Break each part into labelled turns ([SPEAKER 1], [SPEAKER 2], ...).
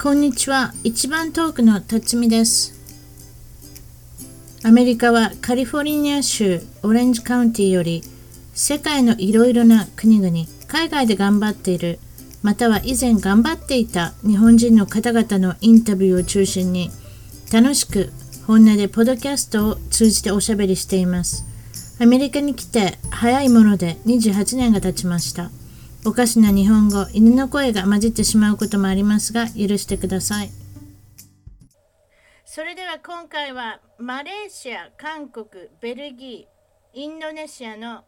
[SPEAKER 1] こんにちは一番トークの辰巳ですアメリカはカリフォルニア州オレンジカウンティより世界のいろいろな国々海外で頑張っているまたは以前頑張っていた日本人の方々のインタビューを中心に楽しく本音でポッドキャストを通じておしゃべりしていますアメリカに来て早いもので28年が経ちましたおかしな日本語犬の声が混じってしまうこともありますが許してくださいそれでは今回はマレーシア韓国ベルギーインドネシアの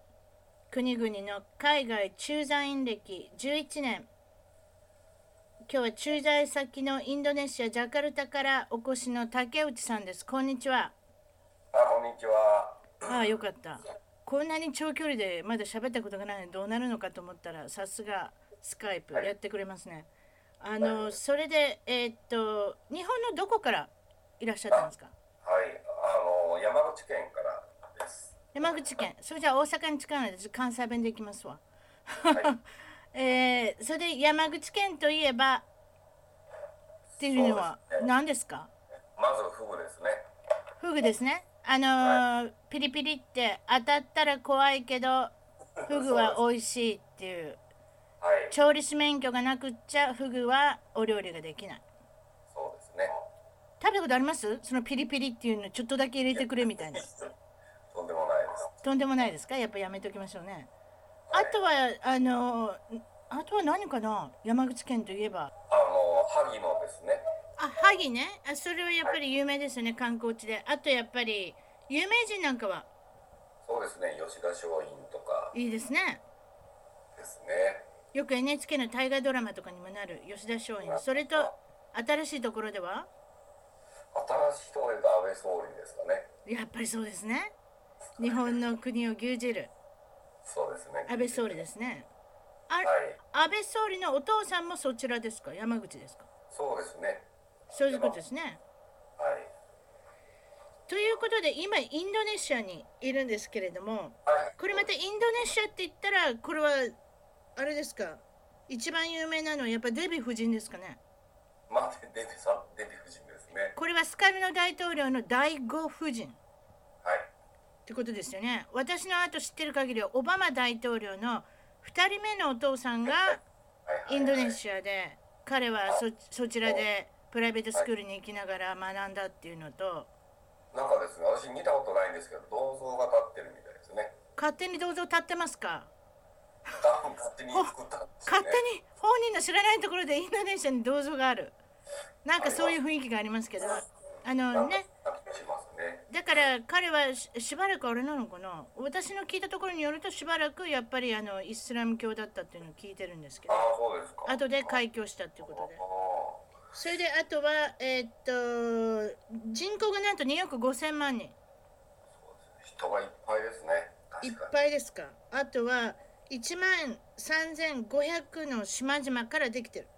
[SPEAKER 1] 国々の海外駐在員歴11年今日は駐在先のインドネシアジャカルタからお越しの竹内さんですこんにちは
[SPEAKER 2] あこんにちは。
[SPEAKER 1] ああよかったこんなに長距離でまだ喋ったことがないのでどうなるのかと思ったらさすがスカイプやってくれますね、あのそれでえーっと日本のどこからいらっしゃったんですか
[SPEAKER 2] はい、あの山口県からです。
[SPEAKER 1] 山口県それじゃあ大阪に近いので関西弁でいきますわ、 えーそれで山口県といえばっていうのは
[SPEAKER 2] そうですね
[SPEAKER 1] 何ですか
[SPEAKER 2] まずフグですね。
[SPEAKER 1] フグですねあのーピリピリって当たったら怖いけどフグは美味しいっていう
[SPEAKER 2] はい、
[SPEAKER 1] 調理師免許がなくっちゃフグはお料理ができない
[SPEAKER 2] そうですね。
[SPEAKER 1] 食べたことありますそのピリピリっていうのちょっとだけ入れてくれみたいな
[SPEAKER 2] とんでもないです。
[SPEAKER 1] とんでもないですかやっぱやめときましょうねあとはあのあとは何かな山口県といえば
[SPEAKER 2] あの萩のですね。
[SPEAKER 1] あハギねあそれはやっぱり有名ですよね観光地であとやっぱり有名人なんかは
[SPEAKER 2] そうですね。吉田松陰とか
[SPEAKER 1] いいですね
[SPEAKER 2] ですね。
[SPEAKER 1] よく NHK の大河ドラマとかにもなる吉田松陰それと新しいところでは
[SPEAKER 2] 新しい人で言うと安倍総理ですかね。
[SPEAKER 1] やっぱりそうですね日本の国を牛耳る
[SPEAKER 2] そうですね。
[SPEAKER 1] 安倍総理ですね。あ、
[SPEAKER 2] はい。
[SPEAKER 1] 安倍総理のお父さんもそちらですか、山口ですか。
[SPEAKER 2] そうですね。
[SPEAKER 1] そういうことですね。
[SPEAKER 2] はい。
[SPEAKER 1] ということで、今インドネシアにいるんですけれども。
[SPEAKER 2] はい。
[SPEAKER 1] これまたインドネシアって言ったら、これは。あれですか。一番有名なのは、やっぱデヴィ夫人ですかね。
[SPEAKER 2] まあデデヴィさん、デヴィ夫人ですね。
[SPEAKER 1] これはスカルノ大統領の第五夫人。
[SPEAKER 2] はい。
[SPEAKER 1] ってことですよね。私の後知ってる限りは、オバマ大統領の。二人目のお父さんが。
[SPEAKER 2] はいはい、
[SPEAKER 1] インドネシアで彼はそそちらでプライベートスクールに行きながら学んだっていうのと
[SPEAKER 2] なんかですね、私見たことないんですけど、銅像が立ってるみたいですね。
[SPEAKER 1] 勝手に銅像立ってますか
[SPEAKER 2] 多分勝手に作ったんですよ
[SPEAKER 1] 勝
[SPEAKER 2] ね。
[SPEAKER 1] 手に本人の知らないところでインドネシアに銅像があるなんかそういう雰囲気がありますけどあのね
[SPEAKER 2] なんかしますね。
[SPEAKER 1] だから彼はししばらくあれなのかな私の聞いたところによるとしばらくやっぱりあのイスラム教だったっていうのを聞いてるんですけど
[SPEAKER 2] ああ、そうですか。
[SPEAKER 1] 後で
[SPEAKER 2] あ
[SPEAKER 1] 開教したっていうことで
[SPEAKER 2] あ
[SPEAKER 1] それであとはえーっと人口がなんと2億5000万人
[SPEAKER 2] 人がいっぱいですね。
[SPEAKER 1] いっ
[SPEAKER 2] 確かに。
[SPEAKER 1] ぱいですかあとは1万3500の島々からできてる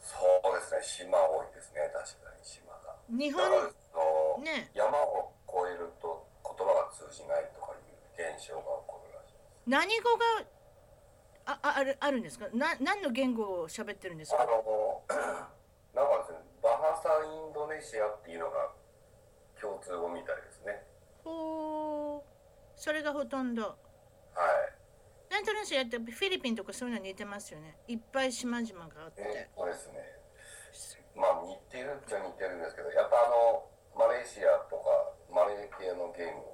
[SPEAKER 2] そうですね。島多いですね。確かに島が。
[SPEAKER 1] 日
[SPEAKER 2] だから
[SPEAKER 1] 本
[SPEAKER 2] その、
[SPEAKER 1] ね
[SPEAKER 2] 山を越えると言葉が通じないとかいう現象が起こるらしいです。
[SPEAKER 1] 何語があああるあるんですかな何の言語を喋ってるんです
[SPEAKER 2] あ
[SPEAKER 1] か
[SPEAKER 2] の なんかですね、バハサインドネシアっていうのが共通語みたいですね。
[SPEAKER 1] ほうそれがほとんど
[SPEAKER 2] はい。
[SPEAKER 1] なんとなくやってフィリピンとかそういうのは似てますよねいっぱい島々があっ
[SPEAKER 2] え
[SPEAKER 1] て
[SPEAKER 2] っとですね、まあ似てるっちゃ似てるんですけど、やっぱあのマレーシアとかマレー系の言語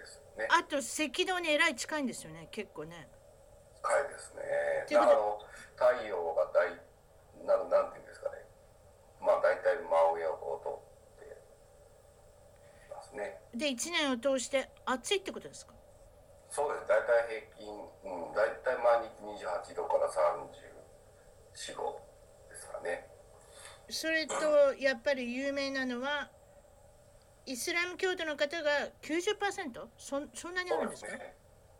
[SPEAKER 2] ですね。
[SPEAKER 1] あと赤道にえらい近いんですよね結構ね
[SPEAKER 2] 深いですね。
[SPEAKER 1] という
[SPEAKER 2] だ
[SPEAKER 1] こ
[SPEAKER 2] からあの太陽が大ななんていうんですかね、まあ大体真上をこう通ってますね。
[SPEAKER 1] で1年を通して暑いってことですか
[SPEAKER 2] そうです。大体平均、うん、大体毎日二十八度から三十四五ですかね。
[SPEAKER 1] それとやっぱり有名なのはイスラム教徒の方が 90%? そんそんなにあ
[SPEAKER 2] そ
[SPEAKER 1] るん
[SPEAKER 2] う
[SPEAKER 1] で
[SPEAKER 2] ですす
[SPEAKER 1] か
[SPEAKER 2] ね。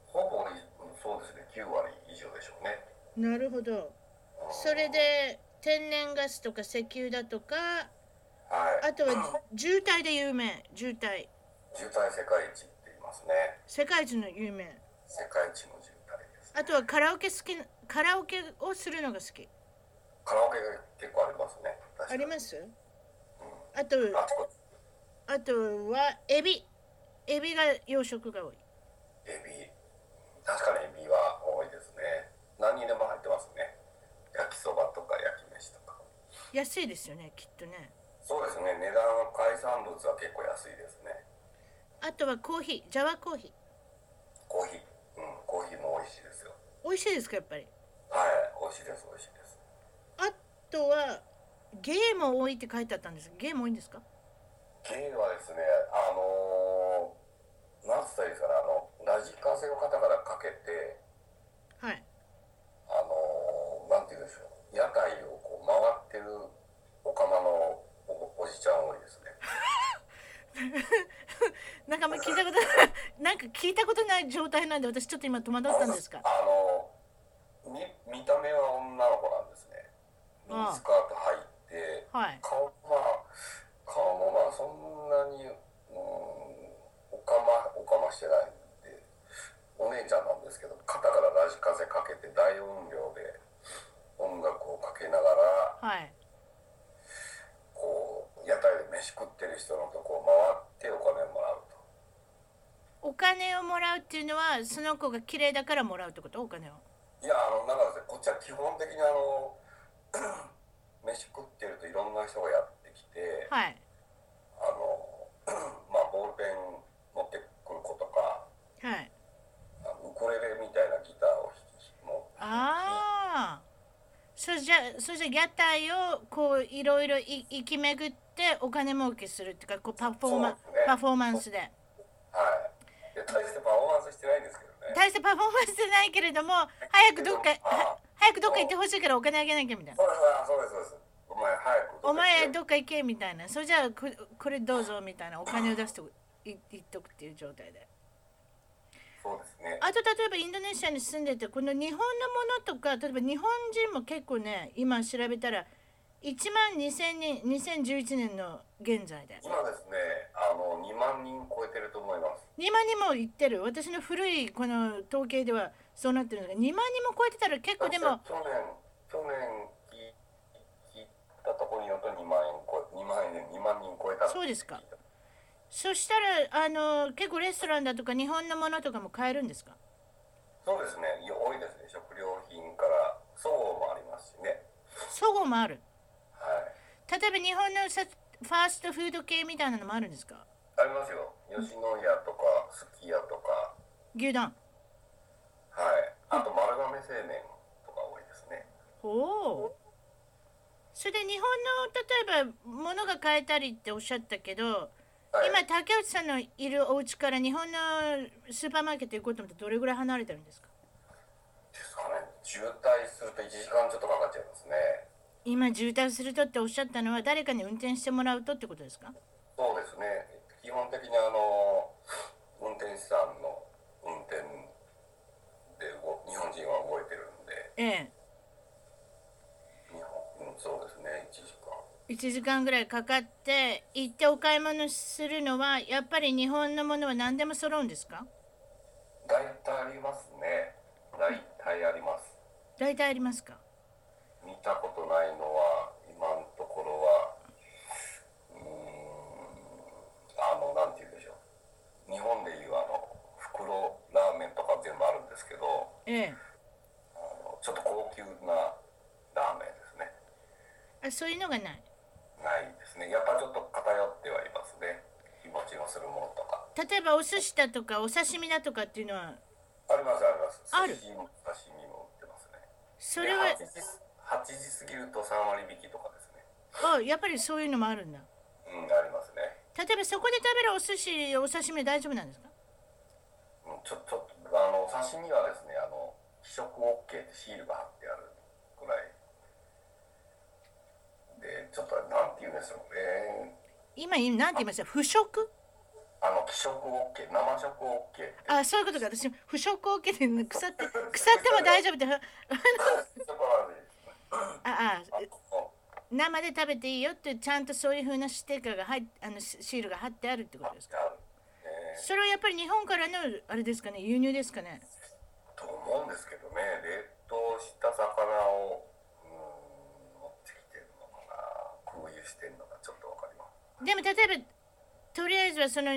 [SPEAKER 2] ほぼうんそうですね。九割以上でしょうね。
[SPEAKER 1] なるほどそれで天然ガスとか石油だとか
[SPEAKER 2] はい
[SPEAKER 1] あ、とは渋滞で有名渋滞
[SPEAKER 2] 渋滞世界一って言いますね。
[SPEAKER 1] 世界一の有名
[SPEAKER 2] 世界一の渋滞です。
[SPEAKER 1] あとはカラオケ好きなカラオケをするのが好き
[SPEAKER 2] カラオケが結構ありまますね。確か
[SPEAKER 1] あ
[SPEAKER 2] に
[SPEAKER 1] りますあと
[SPEAKER 2] あちこち
[SPEAKER 1] あとはエビエビが養殖が多い
[SPEAKER 2] エビ確かにエビは多いですね何にでも入ってますね焼きそばとか焼き飯とか
[SPEAKER 1] 安いですよねきっとね
[SPEAKER 2] そうですね値段は海産物は結構安いですね
[SPEAKER 1] あとはコーヒージャワコーヒー
[SPEAKER 2] コーヒーうんコーヒーも美味しいですよ
[SPEAKER 1] 美味しいですかやっぱり
[SPEAKER 2] はい美味しいです美味しいです
[SPEAKER 1] あとはゲーム多いって書いてあったんですゲーム多いんですか
[SPEAKER 2] ゲイはですねあのー、なんつったらいいですかねあのラジカセを肩からかけて
[SPEAKER 1] はい
[SPEAKER 2] あのー、なんて言うんでしょう屋台をこう回ってるおかまのおおじちゃん多いですね
[SPEAKER 1] なんかあんまり聞いたことない なんか聞いたことない状態なんで私ちょっと今戸惑ったんですか
[SPEAKER 2] あのみ見た目は女の子なんですねミニ
[SPEAKER 1] ああ
[SPEAKER 2] スカート履いて
[SPEAKER 1] はい
[SPEAKER 2] 顔は顔もまあそんなに、うん、おかまおかましてないんでお姉ちゃんなんですけど肩からラジカセかけて大音量で音楽をかけながら
[SPEAKER 1] はい
[SPEAKER 2] こう屋台で飯食ってる人のとこを回ってお金をもらうと
[SPEAKER 1] お金をもらうっていうのはその子が綺麗だからもらうってことお金を
[SPEAKER 2] いやあのなんかですねこっちは基本的にあの 飯食ってるといろんな人がやってきて、
[SPEAKER 1] はい
[SPEAKER 2] あの まあボールペン持ってくる子とか
[SPEAKER 1] はい
[SPEAKER 2] あのウクレレみたいなギターを弾きもう
[SPEAKER 1] ああそれじゃそれじゃ屋台をこういろいろい行き巡ってお金儲けするっていうかこうパフォーマン
[SPEAKER 2] そうですね
[SPEAKER 1] パフォーマンスで
[SPEAKER 2] はいで大してパフォーマンスしてないんですけどね
[SPEAKER 1] 大してパフォーマンスじゃないけれども早くどっかは早くどっか行ってほしいからお金あげなきゃみたいな
[SPEAKER 2] そうですあそうですそうですお前早く
[SPEAKER 1] お前
[SPEAKER 2] ど
[SPEAKER 1] どっか行けみたいなそれじゃあここれどうぞみたいなお金を出してい行っとくっていう状態で
[SPEAKER 2] そうですね
[SPEAKER 1] あと例えばインドネシアに住んでてこの日本のものとか例えば日本人も結構ね今調べたら1万2000人2011年の現在で
[SPEAKER 2] 今ですねあの2万人超えてると思います
[SPEAKER 1] 2万人も行ってる私の古いこの統計ではそうなってるんだけど2万人も超えてたら結構でも
[SPEAKER 2] 去年去年聞い聞いたところによると2万円超え2万円2万人超えた
[SPEAKER 1] そうですかそしたらあの結構レストランだとか日本のものとかも買えるんですか
[SPEAKER 2] そうですねいや多いですね食料品から相互もありますしね
[SPEAKER 1] そごもある
[SPEAKER 2] はい
[SPEAKER 1] 例えば日本のさファーストフード系みたいなのもあるんですか
[SPEAKER 2] ありますよ吉野家とかすき家とか
[SPEAKER 1] 牛丼
[SPEAKER 2] はいあと丸亀製麺とか多いですね
[SPEAKER 1] おおそれで日本の例えば物が買えたりっておっしゃったけど、
[SPEAKER 2] はい
[SPEAKER 1] 今竹内さんのいるお家から日本のスーパーマーケット行こうと思ってどれぐらい離れてるんですか
[SPEAKER 2] ですかね渋滞すると1時間ちょっとかかっちゃいますね
[SPEAKER 1] 今渋滞するとっておっしゃったのは誰かに運転してもらうとってことですか
[SPEAKER 2] そうですね基本的にあの運転手さんの運転で動日本人は動いてるんで
[SPEAKER 1] ええ
[SPEAKER 2] 日本、うん、そうですね1時間
[SPEAKER 1] 1時間ぐらいかかって行ってお買い物するのはやっぱり日本のものは何でも揃うんですか
[SPEAKER 2] 大体ありますね大体あります
[SPEAKER 1] 大体ありますか
[SPEAKER 2] 見たことないのは今のところはうーんあのなんて言うんでしょう日本でいうあの袋ラーメンとか全部あるんですけど
[SPEAKER 1] ええ
[SPEAKER 2] あのちょっと高級なラーメンですね
[SPEAKER 1] あそういうのがない
[SPEAKER 2] ないですねやっぱちょっと偏ってはいますね日持ちのするものとか
[SPEAKER 1] 例えばお寿司だとかお刺身だとかっていうのは
[SPEAKER 2] あります
[SPEAKER 1] あ
[SPEAKER 2] あります
[SPEAKER 1] る
[SPEAKER 2] 寿司も刺身も売ってますね
[SPEAKER 1] それは
[SPEAKER 2] で8時8時過ぎると3割引きとかですね
[SPEAKER 1] あやっぱりそういうのもあるんだ
[SPEAKER 2] うんありますね
[SPEAKER 1] 例えばそこで食べるお寿司お刺身は大丈夫なんですか
[SPEAKER 2] うんちょちょっとあの刺身はですねあの「試食 OK」ってシールが貼ってあるぐらいでちょっとなんて言うんでしょうね
[SPEAKER 1] 今なんて言いました不食
[SPEAKER 2] あの「試食 OK」「生食 OK」って
[SPEAKER 1] あそういうことか私不食を受けて腐って腐っても大丈夫ってあ
[SPEAKER 2] そこはね
[SPEAKER 1] あ
[SPEAKER 2] あの
[SPEAKER 1] 生で食べていいよってちゃんとそういうふうなステッカーが入っあのシシールが貼ってあるってことですか
[SPEAKER 2] あるね
[SPEAKER 1] それはやっぱり日本からのあれですかね輸入ですかね
[SPEAKER 2] と思うんですけどね冷凍した魚をうん持ってきてるのかなしてるのがちょっとわかります。
[SPEAKER 1] でも例えばとりあえずはその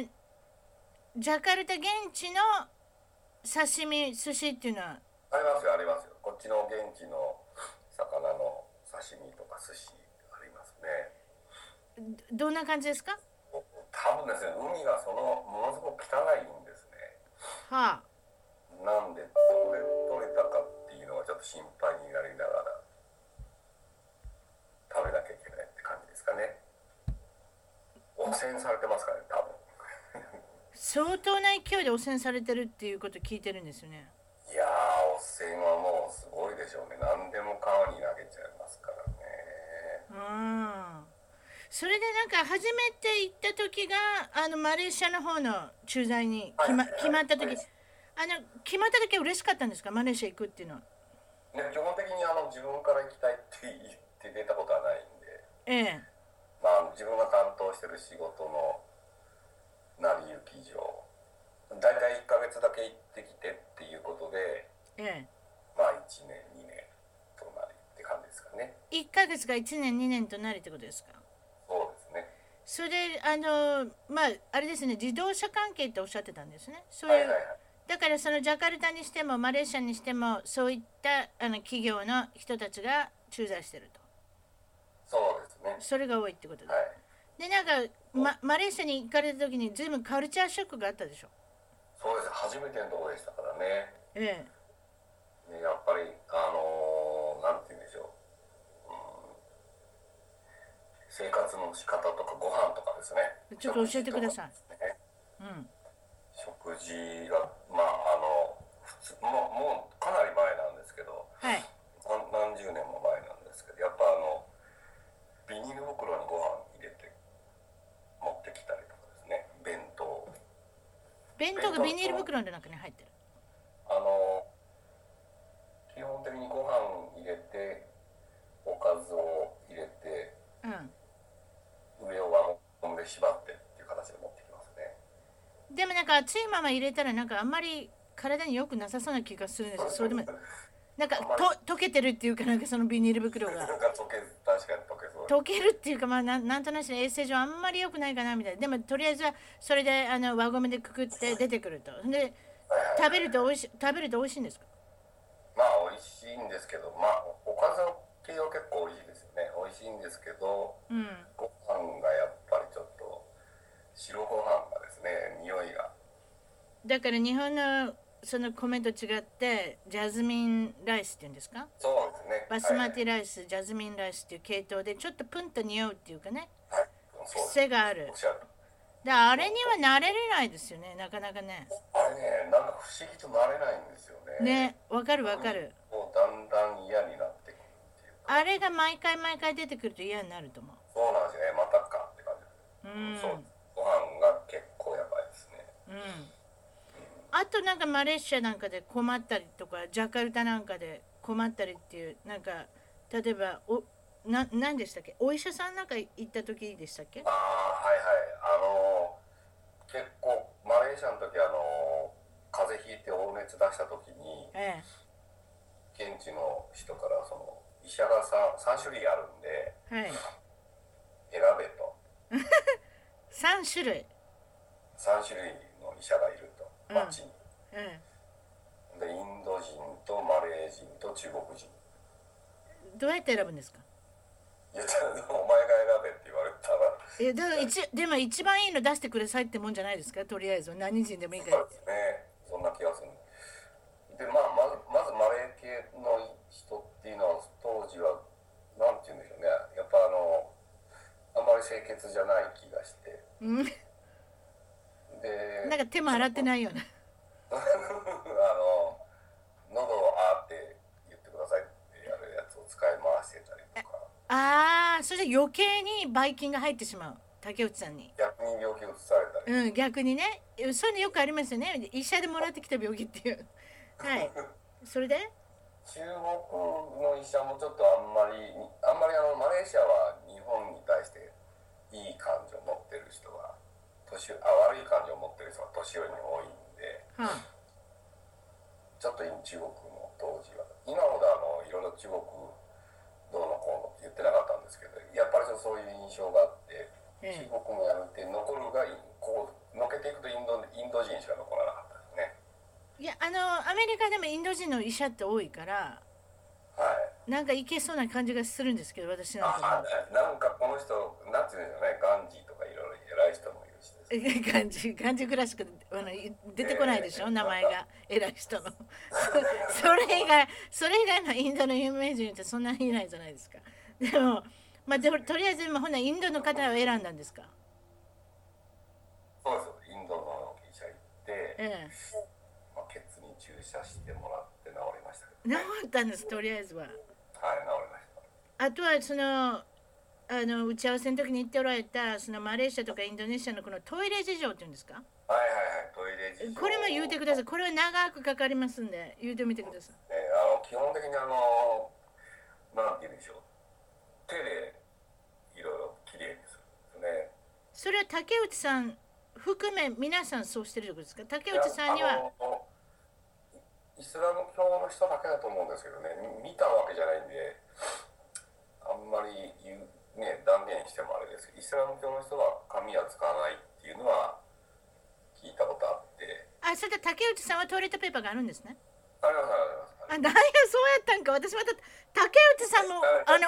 [SPEAKER 1] ジャカルタ現地の刺身寿司っていうのは
[SPEAKER 2] ありますよ、ありますよ。こっちの現地の魚の刺身とか寿司ありますね。
[SPEAKER 1] どどんな感じですか
[SPEAKER 2] お多分ですね、海がそのものすごく汚いんですね。
[SPEAKER 1] はあ
[SPEAKER 2] なんでどれ取れたかっていうのがちょっと心配になりながら食べなきゃいけないって感じですかね。汚染されてますからね、多分。
[SPEAKER 1] 相当な勢いで汚染されてるっていうこと聞いてるんですよね
[SPEAKER 2] いやー、汚染はもうすごいでしょうね。何でも川に投げちゃいますからね。
[SPEAKER 1] うんそれでなんか初めて行った時があのマレーシアの方の駐在に決ま
[SPEAKER 2] はい
[SPEAKER 1] 決まった時
[SPEAKER 2] はい
[SPEAKER 1] あの決まった時は嬉しかったんですかマレーシア行くっていうのは
[SPEAKER 2] ね、基本的にあの自分から行きたいって言って出たことはないん
[SPEAKER 1] え
[SPEAKER 2] で、
[SPEAKER 1] え
[SPEAKER 2] まあ、自分が担当してる仕事の成り行き上大体1ヶ月だけ行ってきてっていうことで
[SPEAKER 1] え
[SPEAKER 2] まあ1年2年となりって感じですかね
[SPEAKER 1] え1ヶ月が1年2年となるってことですか
[SPEAKER 2] そうですね
[SPEAKER 1] それあのまああれですね自動車関係っておっしゃってたんですねそう
[SPEAKER 2] はい
[SPEAKER 1] いう、
[SPEAKER 2] はいはい
[SPEAKER 1] だからそのジャカルタにしてもマレーシアにしてもそういったあの企業の人たちが駐在してると
[SPEAKER 2] そうですね
[SPEAKER 1] それが多いってことで
[SPEAKER 2] はい
[SPEAKER 1] でなんか、ま、マレーシアに行かれた時に随分カルチャーショックがあったでしょ
[SPEAKER 2] そうです初めてのとこでしたからね
[SPEAKER 1] ええ
[SPEAKER 2] ねやっぱりあのーなんて言うんでしょう、うん、生活の仕方とかご飯とかですね
[SPEAKER 1] ちょっと教えてください
[SPEAKER 2] 食事とかね
[SPEAKER 1] うん
[SPEAKER 2] 食事がまああの普通もうもうかなり前なんですけど
[SPEAKER 1] はい
[SPEAKER 2] 何何十年も前なんですけどやっぱあのビニール袋にご飯入れて持ってきたりとかですね弁当
[SPEAKER 1] 弁当がビニール袋の中に入ってる
[SPEAKER 2] あの基本的にご飯入れておかずを入れて
[SPEAKER 1] う
[SPEAKER 2] 上を輪ゴムで縛ってっていう形で持ってきますね
[SPEAKER 1] んでもなんか熱いまま入れたらなんかあんまり体に良くなさそうな気がするんですよそうでもなんかと溶けてるっていうかなんかそのビニール袋が
[SPEAKER 2] なんか溶け確かに溶けそう
[SPEAKER 1] 溶けるっていうか、まあ、なんなんとなし衛生上あんまり良くないかなみたいなでもとりあえずはそれであの輪ゴムでくくって出てくるとで食べると美味し食べると美味しいんですか
[SPEAKER 2] まあ美味しいんですけどまあおかず系は結構美味しいですよね美味しいんですけど
[SPEAKER 1] うん
[SPEAKER 2] ご飯がやっぱりちょっと白ご飯がですね匂いが
[SPEAKER 1] だから日本のその米と違ってジャズミンライスっていうんですか
[SPEAKER 2] そうですね
[SPEAKER 1] バスマ
[SPEAKER 2] ィ
[SPEAKER 1] ティライス、ジャズミンライスっていう系統でちょっとプンと匂うっていうかね
[SPEAKER 2] はい、はい、そうです
[SPEAKER 1] 癖がある
[SPEAKER 2] おっしゃる
[SPEAKER 1] だあれには慣れれないですよねなかなかね
[SPEAKER 2] あれねなんか不思議と慣れないんですよね
[SPEAKER 1] ねわかるわかる
[SPEAKER 2] もうだんだん嫌になってくるっていうか
[SPEAKER 1] あれが毎回毎回出てくると嫌になると思う
[SPEAKER 2] そうなんですよねまたかって感
[SPEAKER 1] う
[SPEAKER 2] じ、
[SPEAKER 1] ん
[SPEAKER 2] そうですご飯が結構やばいですね
[SPEAKER 1] うんあとなんかマレーシアなんかで困ったりとかジャカルタなんかで困ったりっていうなんか例えばおな何でしたっけお医者さんなんか行った時でしたっけ
[SPEAKER 2] ああはいはいあのー結構マレーシアの時あのー風邪ひいて大熱出した時に
[SPEAKER 1] え
[SPEAKER 2] 現地の人からその医者が 3, 3種類あるんで
[SPEAKER 1] えはい
[SPEAKER 2] 選べと
[SPEAKER 1] 3種類
[SPEAKER 2] 3種類の医者がいると
[SPEAKER 1] うん
[SPEAKER 2] 街に、
[SPEAKER 1] う
[SPEAKER 2] でインド人とマレー人と中国人
[SPEAKER 1] んどうやって選ぶんですか
[SPEAKER 2] 言ったら「お前が選べ」って言われたら
[SPEAKER 1] えだから一でも一番いいの出してくださいってもんじゃないですかとりあえず何人でもいいから
[SPEAKER 2] そうですねそんな気がするでまあまずまずマレー系の人っていうのは当時はなんて言うんでしょうねやっぱあのあんまり清潔じゃない気がして
[SPEAKER 1] うん
[SPEAKER 2] で
[SPEAKER 1] なんか手も洗ってないような
[SPEAKER 2] あの喉をあーって言ってくださいってやるやつを使い回してたりとか
[SPEAKER 1] ああそれで余計にばい菌が入ってしまう竹内さんに
[SPEAKER 2] 逆に病気を移されたり、
[SPEAKER 1] うん逆にねえそういうのよくありますよね医者でもらってきた病気っていうはいそれで
[SPEAKER 2] 中国の医者もちょっとあんまりあんまりあのマレーシアは日本に対していい感情を持ってる人が年あ悪い感情を持ってる人が年寄りに多いんで
[SPEAKER 1] はあ
[SPEAKER 2] ちょっと今中国も当時は今ほどあのいろいろ中国どうのこうのって言ってなかったんですけどやっぱりそういう印印象があって
[SPEAKER 1] ええ
[SPEAKER 2] 中国もやめて残るがインこうのけていくとインドインド人しか残らなかったですね
[SPEAKER 1] いやあのアメリカでもインド人の医者って多いから
[SPEAKER 2] はい
[SPEAKER 1] なんかいけそうな感じがするんですけど私なんか
[SPEAKER 2] あ
[SPEAKER 1] も
[SPEAKER 2] あなんかこの人なんていうんでしょうねガンジーとかいろいろ偉い人もいるしですね
[SPEAKER 1] え 感じ感じぐらいしかあのい出てこないでしょ、
[SPEAKER 2] ええ
[SPEAKER 1] 名前が偉い 人のそれ以外それ以外のインドの有名人ってそんなにいないじゃないですかでもまあでもとりあえず今ほなインドの方を選んだんですか
[SPEAKER 2] そうですよインドの医者行って、
[SPEAKER 1] え
[SPEAKER 2] まあ、ケツに注射してもらって治りましたけ
[SPEAKER 1] え治
[SPEAKER 2] どね
[SPEAKER 1] ったんですとりあえずは
[SPEAKER 2] はい治りました
[SPEAKER 1] あとはそのあの打ち合わせの時に言っておられたそのマレーシアとかインドネシアのこのトイレ事情っていうんですか
[SPEAKER 2] はいはいはいトイレ事情
[SPEAKER 1] これも言うてくださいこれは長くかかりますんで言うてみてください
[SPEAKER 2] ね、あの基本的にあのなんて言うんでしょう手でいろいろきれいにするんです
[SPEAKER 1] そ
[SPEAKER 2] ね
[SPEAKER 1] れは竹内さん含め皆さんそうしてるってことですか竹内さんに
[SPEAKER 2] い
[SPEAKER 1] は
[SPEAKER 2] やあのイスラム教の人だけだと思うんですけどね見たわけじゃないんであんまり言う、ね、断言してもあれですけどイスラム教の人は紙は使わないっていうのは聞いたことあって
[SPEAKER 1] あそれで竹内さんはトイレットペーパーがあるんですね
[SPEAKER 2] ありがとうございますありがとうございます
[SPEAKER 1] あ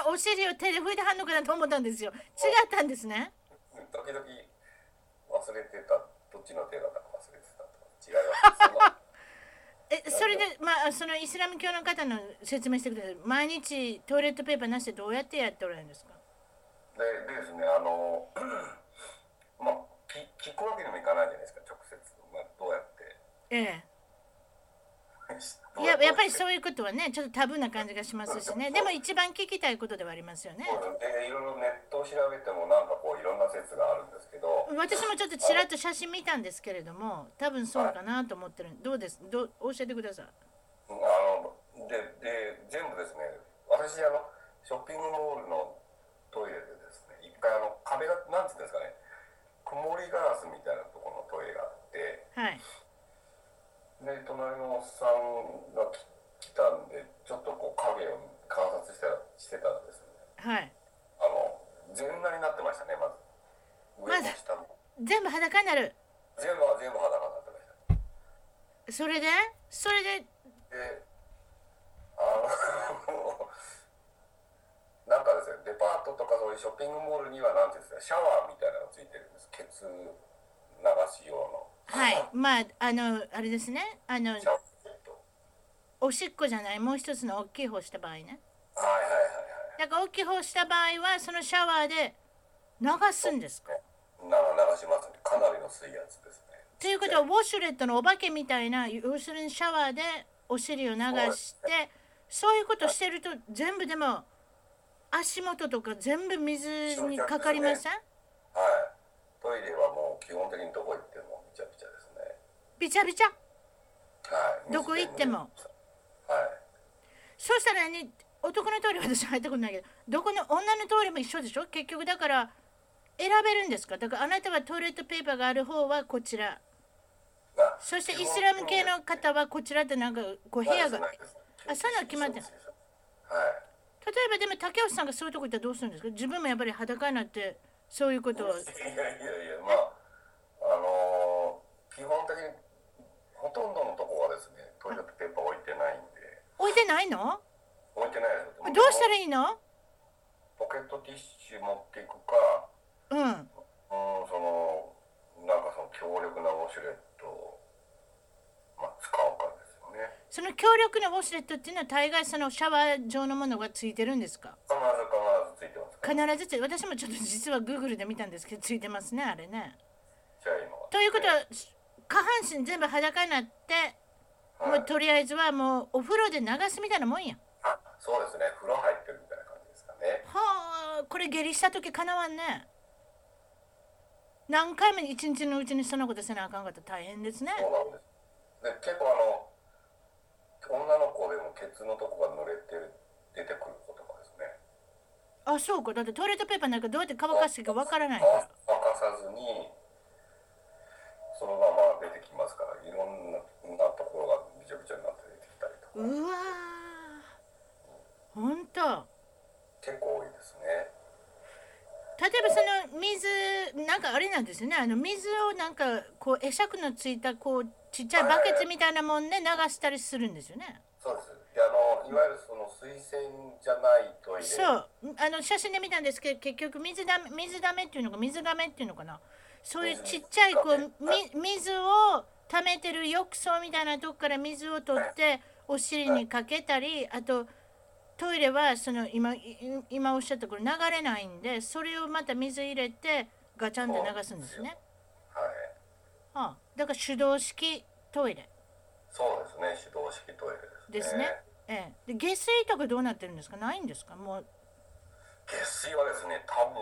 [SPEAKER 1] なんやそうやったんか私また竹内さんもあのお尻を手で拭いてはんのかなと思ったんですよ違ったんですね
[SPEAKER 2] 時々忘れてたどっちの手だったか忘れてたとか違いますその
[SPEAKER 1] えそれでまあそのイスラム教の方の説明してください毎日トイレットペーパーなしでどうやってやっておられるんですか
[SPEAKER 2] で でですねあの まあき聞くわけにもいかないじゃないですか直接、まあ、どうやって
[SPEAKER 1] ええい
[SPEAKER 2] い
[SPEAKER 1] ややっぱりそうういうことはねちょっとタブーな感じがしますしねでも一番聞きたいことではありますよね
[SPEAKER 2] でいろいろネットを調べてもなんかこういろんな説があるんですけど、
[SPEAKER 1] 私もちょっとちらっと写真見たんですけれども多分そうかなと思ってるどうですどう教えてください
[SPEAKER 2] あのでで全部ですね私あのショッピングモールのトイレでですね一回あの壁がなんていうんですかね曇りガラスみたいなところのトイレがあって
[SPEAKER 1] はい
[SPEAKER 2] で隣のおっさんが来来たんでちょっとこう影を観察したらしてたんですよね
[SPEAKER 1] はい
[SPEAKER 2] あの全裸になってましたねまず
[SPEAKER 1] ま
[SPEAKER 2] 上も
[SPEAKER 1] ず
[SPEAKER 2] 下も
[SPEAKER 1] 全部裸になる
[SPEAKER 2] 全部は全部裸になってました
[SPEAKER 1] それでそれで
[SPEAKER 2] であのなんかですねデパートとかそういうショッピングモールにはなんていうんですかシャワーみたいなのがついてるんですケツ流し用の
[SPEAKER 1] はいまああのあれですねあの
[SPEAKER 2] シャワーと
[SPEAKER 1] おしっこじゃないもう一つの大きい方した場合ね
[SPEAKER 2] はいはい
[SPEAKER 1] だから大きい方した場合はそのシャワーで流すんですか
[SPEAKER 2] はいはいな流しますねかなりの水圧ですね
[SPEAKER 1] ということはウォシュレットのお化けみたいな要するにシャワーでお尻を流してそういうことしてると全部でも足元とか全部水にかかりません
[SPEAKER 2] はいトイレはもう基本的にどこ行ってもびちゃびちゃですね
[SPEAKER 1] びちゃびちゃ
[SPEAKER 2] はい
[SPEAKER 1] どこ行っても
[SPEAKER 2] はい
[SPEAKER 1] そうしたらね男のトイレ私入ったことないけどどこの女のトイレも一緒でしょ結局だから選べるんですかだからあなたはトイレットペーパーがある方はこちら
[SPEAKER 2] あ
[SPEAKER 1] そしてイスラム系の方はこちらってなんかこう部屋が
[SPEAKER 2] な
[SPEAKER 1] 例え
[SPEAKER 2] いですないです
[SPEAKER 1] あそういうのは決まってない
[SPEAKER 2] はい
[SPEAKER 1] ばでも竹内さんがそういうとこ行ったらどうするんですか自分もやっぱり裸になってそういうことを
[SPEAKER 2] いやいやいやまああのー基本的にほとんどのとこはですねトイレットペーパー置いてないんで
[SPEAKER 1] 置いてないの
[SPEAKER 2] 置いてないです
[SPEAKER 1] どうしたらいいの
[SPEAKER 2] ポケットティッシュ持っていくか
[SPEAKER 1] うん
[SPEAKER 2] うんそのなんかその強力なウォシュレットを、まあ、使うかですよね
[SPEAKER 1] その強力なウォシュレットっていうのは大概そのシャワー状のものがついてるんですか
[SPEAKER 2] 必ず必ずついてますか
[SPEAKER 1] 必
[SPEAKER 2] ら
[SPEAKER 1] ずつい私もちょっと実は Google で見たんですけどついてますねあれね
[SPEAKER 2] じゃあ今は
[SPEAKER 1] ということは下半身全部裸になって
[SPEAKER 2] は
[SPEAKER 1] も
[SPEAKER 2] いう
[SPEAKER 1] とりあえずはもうお風呂で流すみたいなもんや
[SPEAKER 2] あそうですね風呂入ってるみたいな感じですかね
[SPEAKER 1] はあこれ下痢した時かなわんね何回も一日のうちにそんなことせなあかんかったら大変ですね
[SPEAKER 2] そうなんです。で結構あの女の子でもケツのとこが濡れてる出てくる子とかですね。
[SPEAKER 1] あそうかだってトイレットペーパーなんかどうやって乾かしていいかわからないか
[SPEAKER 2] 乾
[SPEAKER 1] ら
[SPEAKER 2] かさずにそのまま出てきますから、いろんななところがびちゃびちゃになって出てきたりとか
[SPEAKER 1] うわーほんと
[SPEAKER 2] 結構多いですね。
[SPEAKER 1] 例例えばその水なんかあれなんですよねあの水をなんかこう会釈のついたこうちっちゃいバケツみたいなもんで流したりするんですよね。
[SPEAKER 2] そうですであのいわゆるその水洗じゃないトイレ
[SPEAKER 1] そうあの写真で見たんですけど結局水だめ水だめっていうのか水がめっていうのかなそういうちっちゃいこうみ水を溜めてる浴槽みたいなとこから水を取ってお尻にかけたりあとトイレはその今い今おっしゃったこれ流れないんでそれをまた水入れてガチャンで流すんですね。
[SPEAKER 2] はい
[SPEAKER 1] ああだから手動式トイレ
[SPEAKER 2] そうですね手動式トイレ
[SPEAKER 1] で
[SPEAKER 2] ですす
[SPEAKER 1] ね
[SPEAKER 2] ね。
[SPEAKER 1] ええ、で下水とかどうなってるんですかないんですかもう
[SPEAKER 2] 下水はですね多分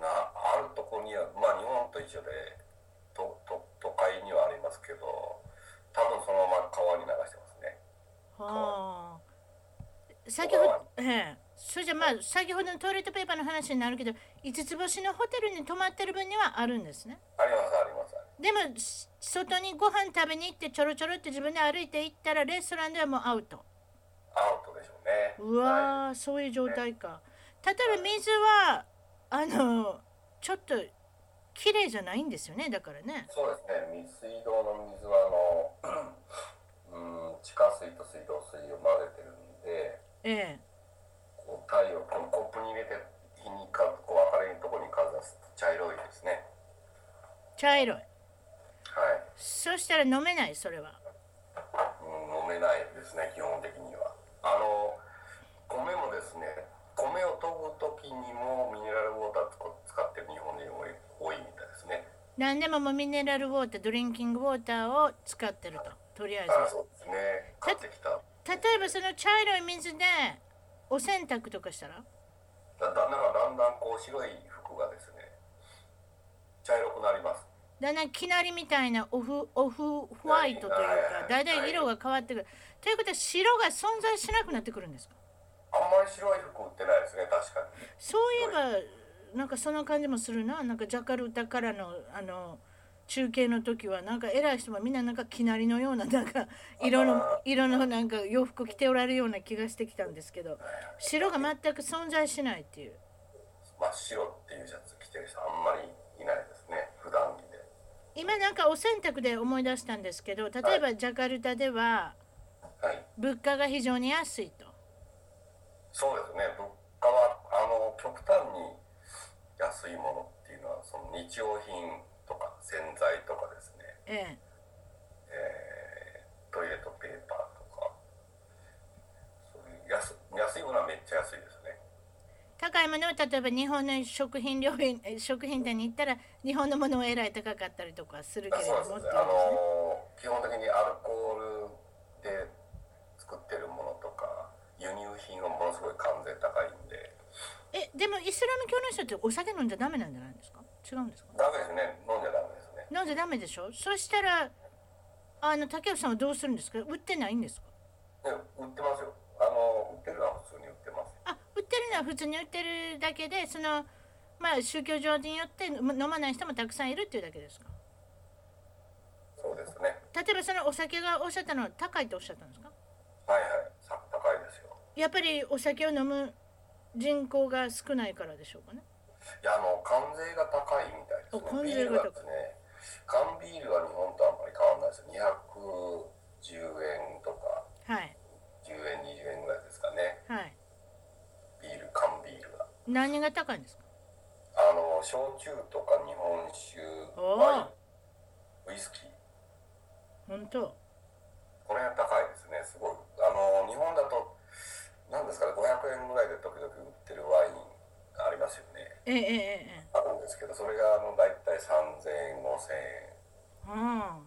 [SPEAKER 2] なあるところにはまあ日本と一緒でとと都会にはありますけど多分そのまま川に流してますね
[SPEAKER 1] はあ。先ほど、ええ、それじゃまあ先ほどのトイレットペーパーの話になるけど、五つ星のホテルに泊まってる分にはあるんですね。
[SPEAKER 2] ありますあります
[SPEAKER 1] でもし外にご飯食べに行ってちょろちょろって自分で歩いて行ったらレストランではもうアウト。
[SPEAKER 2] アウトでしょうね
[SPEAKER 1] う
[SPEAKER 2] はい
[SPEAKER 1] わーそういう状態か。例えば水はあのちょっと綺麗じゃないんですよねだからね。
[SPEAKER 2] そうですね水水道の水はあの うん地下水と水道水を混ぜてるんで
[SPEAKER 1] ええ。
[SPEAKER 2] こう太陽このコップに入れて日にかこう明るいところにかざすと茶色いですね
[SPEAKER 1] 茶色い。
[SPEAKER 2] はい
[SPEAKER 1] そしたら飲めないそれは。
[SPEAKER 2] うん飲めないですね基本的にはあの米もですね米を研ぐ時にもミネラルウォーターとか使ってる日本人多い多いみたいですね
[SPEAKER 1] 何でももうミネラルウォータードリンキングウォーターを使ってるととりあえず
[SPEAKER 2] あそうですね買ってきただ
[SPEAKER 1] 例えばその茶色い水でお洗濯とかしたら
[SPEAKER 2] 旦那がだんだんこう白い服がですね茶色くなります
[SPEAKER 1] だんだんきなりみたいなオフオフホワイトというかだいたい色が変わってくるということは白が存在しなくなってくるんですか
[SPEAKER 2] あんまり白い服売ってないですね確かに
[SPEAKER 1] そういえばなんかそんな感じもするななんかジャカルタからのあの中継の時はなんか偉い人はみんななんかきなりのようななんか色の色のなんか洋服着ておられるような気がしてきたんですけど白が全く存在しないっていう
[SPEAKER 2] 真っ白っていうシャツ着てる人あんまりいないですね普段着で
[SPEAKER 1] 今なんかお洗濯で思い出したんですけど例えばジャカルタでは
[SPEAKER 2] はい
[SPEAKER 1] 物価が非常に安いと
[SPEAKER 2] そうですね物価はあの極端に安いものっていうのはその日用品とか洗剤とかですね、
[SPEAKER 1] ええ
[SPEAKER 2] えートイレットペーパーとかそういう安安いものはめっちゃ安いですね
[SPEAKER 1] 高いものは例えば日本の食品料品え食品店に行ったら日本のものをえらい高かったりとかするけ
[SPEAKER 2] あ
[SPEAKER 1] れど
[SPEAKER 2] そう
[SPEAKER 1] も
[SPEAKER 2] で
[SPEAKER 1] って
[SPEAKER 2] す
[SPEAKER 1] いう
[SPEAKER 2] ね
[SPEAKER 1] ね
[SPEAKER 2] あの基本的にアルコールで作ってるものとか輸入品はものすごい関税高いんで
[SPEAKER 1] えでもイスラム教の人ってお酒飲んじゃダメなんじゃないんですか違うんですか
[SPEAKER 2] ダメですね飲んじゃダメですね
[SPEAKER 1] 飲んじゃダメでしょそしたらあの竹内さんはどうするんですか売ってないんですか
[SPEAKER 2] で売ってますよあの売ってるのは普通に売ってます
[SPEAKER 1] あ売ってるのは普通に売ってるだけでそのまあ宗教上によって飲まない人もたくさんいるっていうだけですか
[SPEAKER 2] そうですね
[SPEAKER 1] 例えばそのお酒がおっしゃったのは高いとおっしゃったんですか
[SPEAKER 2] はいはい、さ高いですよ。
[SPEAKER 1] やっぱりお酒を飲む人口が少ないからでしょうかね
[SPEAKER 2] いや、あの、関税が高いみたいですね
[SPEAKER 1] あ。関税が高い
[SPEAKER 2] ビールね。缶ビールは日本とあんまり変わらないですよ。210円とか、
[SPEAKER 1] はい
[SPEAKER 2] 10円、20円ぐらいですかね。
[SPEAKER 1] はい
[SPEAKER 2] ビール、缶ビールが。
[SPEAKER 1] 何が高いんですか
[SPEAKER 2] あの、焼酎とか日本酒、
[SPEAKER 1] おー
[SPEAKER 2] ワイン、ウイスキー。
[SPEAKER 1] 本当
[SPEAKER 2] この辺高いですね。すごい。あの、日本だと、なんですかね、500円ぐらいで時々売ってるワインありますよね。
[SPEAKER 1] ええええええ
[SPEAKER 2] あるんですけど、それがあの、だいたい3000円、5000円。
[SPEAKER 1] うん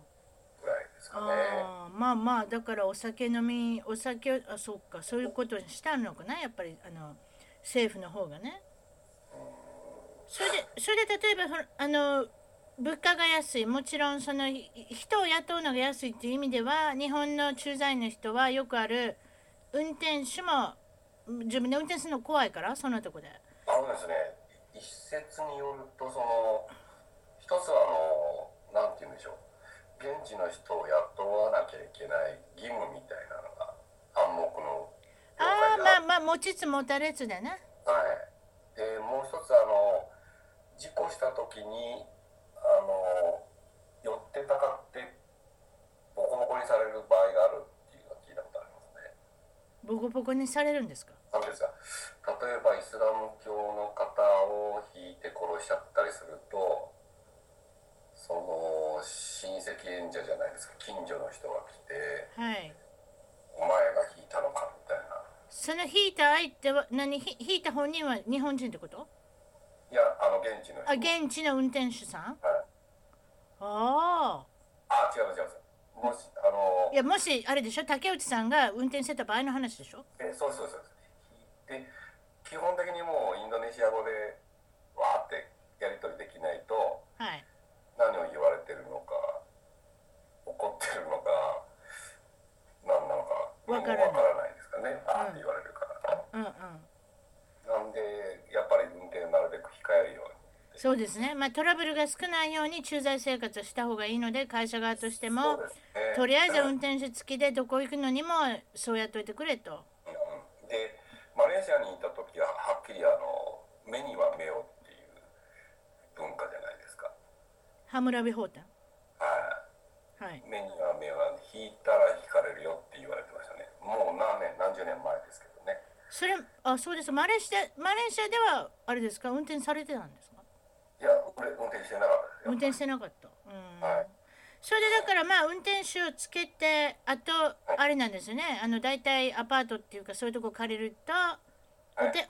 [SPEAKER 2] ぐらいですかね。
[SPEAKER 1] あーまあまあだからお酒飲みお酒をあそっかそういうことにしたのかなやっぱりあの政府の方がねそれでそれで例えばほらあの物価が安いもちろんそのい人を雇うのが安いっていう意味では日本の駐在員の人はよくある運転手も自分で運転するの怖いからそんなとこで
[SPEAKER 2] あのですね、一説によると、その、一つはあの、なんて言うんでしょう。現地の人を雇わなきゃいけない義務みたいなのが、暗黙の
[SPEAKER 1] ああ
[SPEAKER 2] 了解で
[SPEAKER 1] まあまあ持ちつ持たれつでね
[SPEAKER 2] あはい。でもう一つあの事故した時にあの寄ってたかってボコボコにされる場合があるっていうのは聞いたことありますね。
[SPEAKER 1] ボコボコにされるんですか
[SPEAKER 2] なんていうんですか例えばイスラム教の方を引いて殺しちゃったりするとその親戚縁者じゃないですか近所の人が来て
[SPEAKER 1] はい
[SPEAKER 2] 「お前が引いたのか」みたいな。
[SPEAKER 1] その引いた相手は何ひ引いた本人は日本人ってこと
[SPEAKER 2] いやあの現地の人
[SPEAKER 1] あ現地の運転手さんあ
[SPEAKER 2] はい
[SPEAKER 1] あ
[SPEAKER 2] あ違う違う違うもしあの
[SPEAKER 1] いやもしあれでしょ竹内さんが運転してた場合の話でしょ
[SPEAKER 2] えそうそうそうそうで基本的にもうインドネシア語でわーってやり取りできないと
[SPEAKER 1] はい
[SPEAKER 2] 何を言われてるのか怒ってるのか何なのか
[SPEAKER 1] わ
[SPEAKER 2] わ
[SPEAKER 1] からない
[SPEAKER 2] からないですかねあーって言われるから、
[SPEAKER 1] うんうん
[SPEAKER 2] なんでやっぱり運転をなるべく控えるように
[SPEAKER 1] そうですねまあトラブルが少ないように駐在生活をした方がいいので会社側としても
[SPEAKER 2] そうですね
[SPEAKER 1] とりあえず運転手付きでどこ行くのにもそうやっといてくれと
[SPEAKER 2] うんでマレーシアにいた時ははっきりあの目には目をっていう文化じゃないですか、
[SPEAKER 1] ハムラビホータン
[SPEAKER 2] は
[SPEAKER 1] はい
[SPEAKER 2] い、目には目は引いたら引かれるよって言われてましたねもう何年何十年前ですけどね
[SPEAKER 1] それあそうですマレーシアマレーシアではあれですか運転されてたんですか
[SPEAKER 2] いや俺運転してなかったですよ
[SPEAKER 1] 運転してなかった、うん
[SPEAKER 2] はい
[SPEAKER 1] それでだからまあ運転手をつけてあとあれなんですよねあの大体アパートっていうかそういうとこ借りると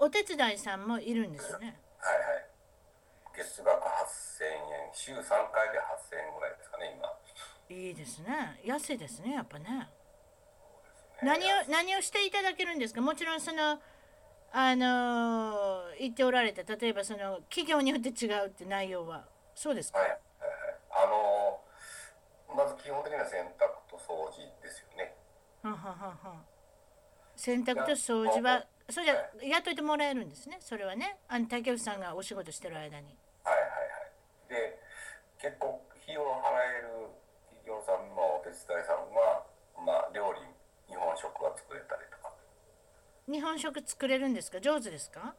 [SPEAKER 1] お手,、お手伝いさんもいるんですよね
[SPEAKER 2] はいはい月額8000円週3回で8000円ぐらいですかね今
[SPEAKER 1] いいですね安いですねやっぱね何を何をしていただけるんですかもちろんそのあのー言っておられた例えばその企業によって違うって内容はそうですか、
[SPEAKER 2] はいはいはいあのまず基本的には洗濯と掃除ですよね
[SPEAKER 1] はんはんはんはん洗濯と掃除はそれじゃ雇いてもらえるんですねそれはねあの竹内さんがお仕事してる間に
[SPEAKER 2] はいはいはいで結構費用を払える企業さんのお手伝いさんは、まあ、料理日本食が作れたりとか
[SPEAKER 1] 日本食作れるんですか上手ですか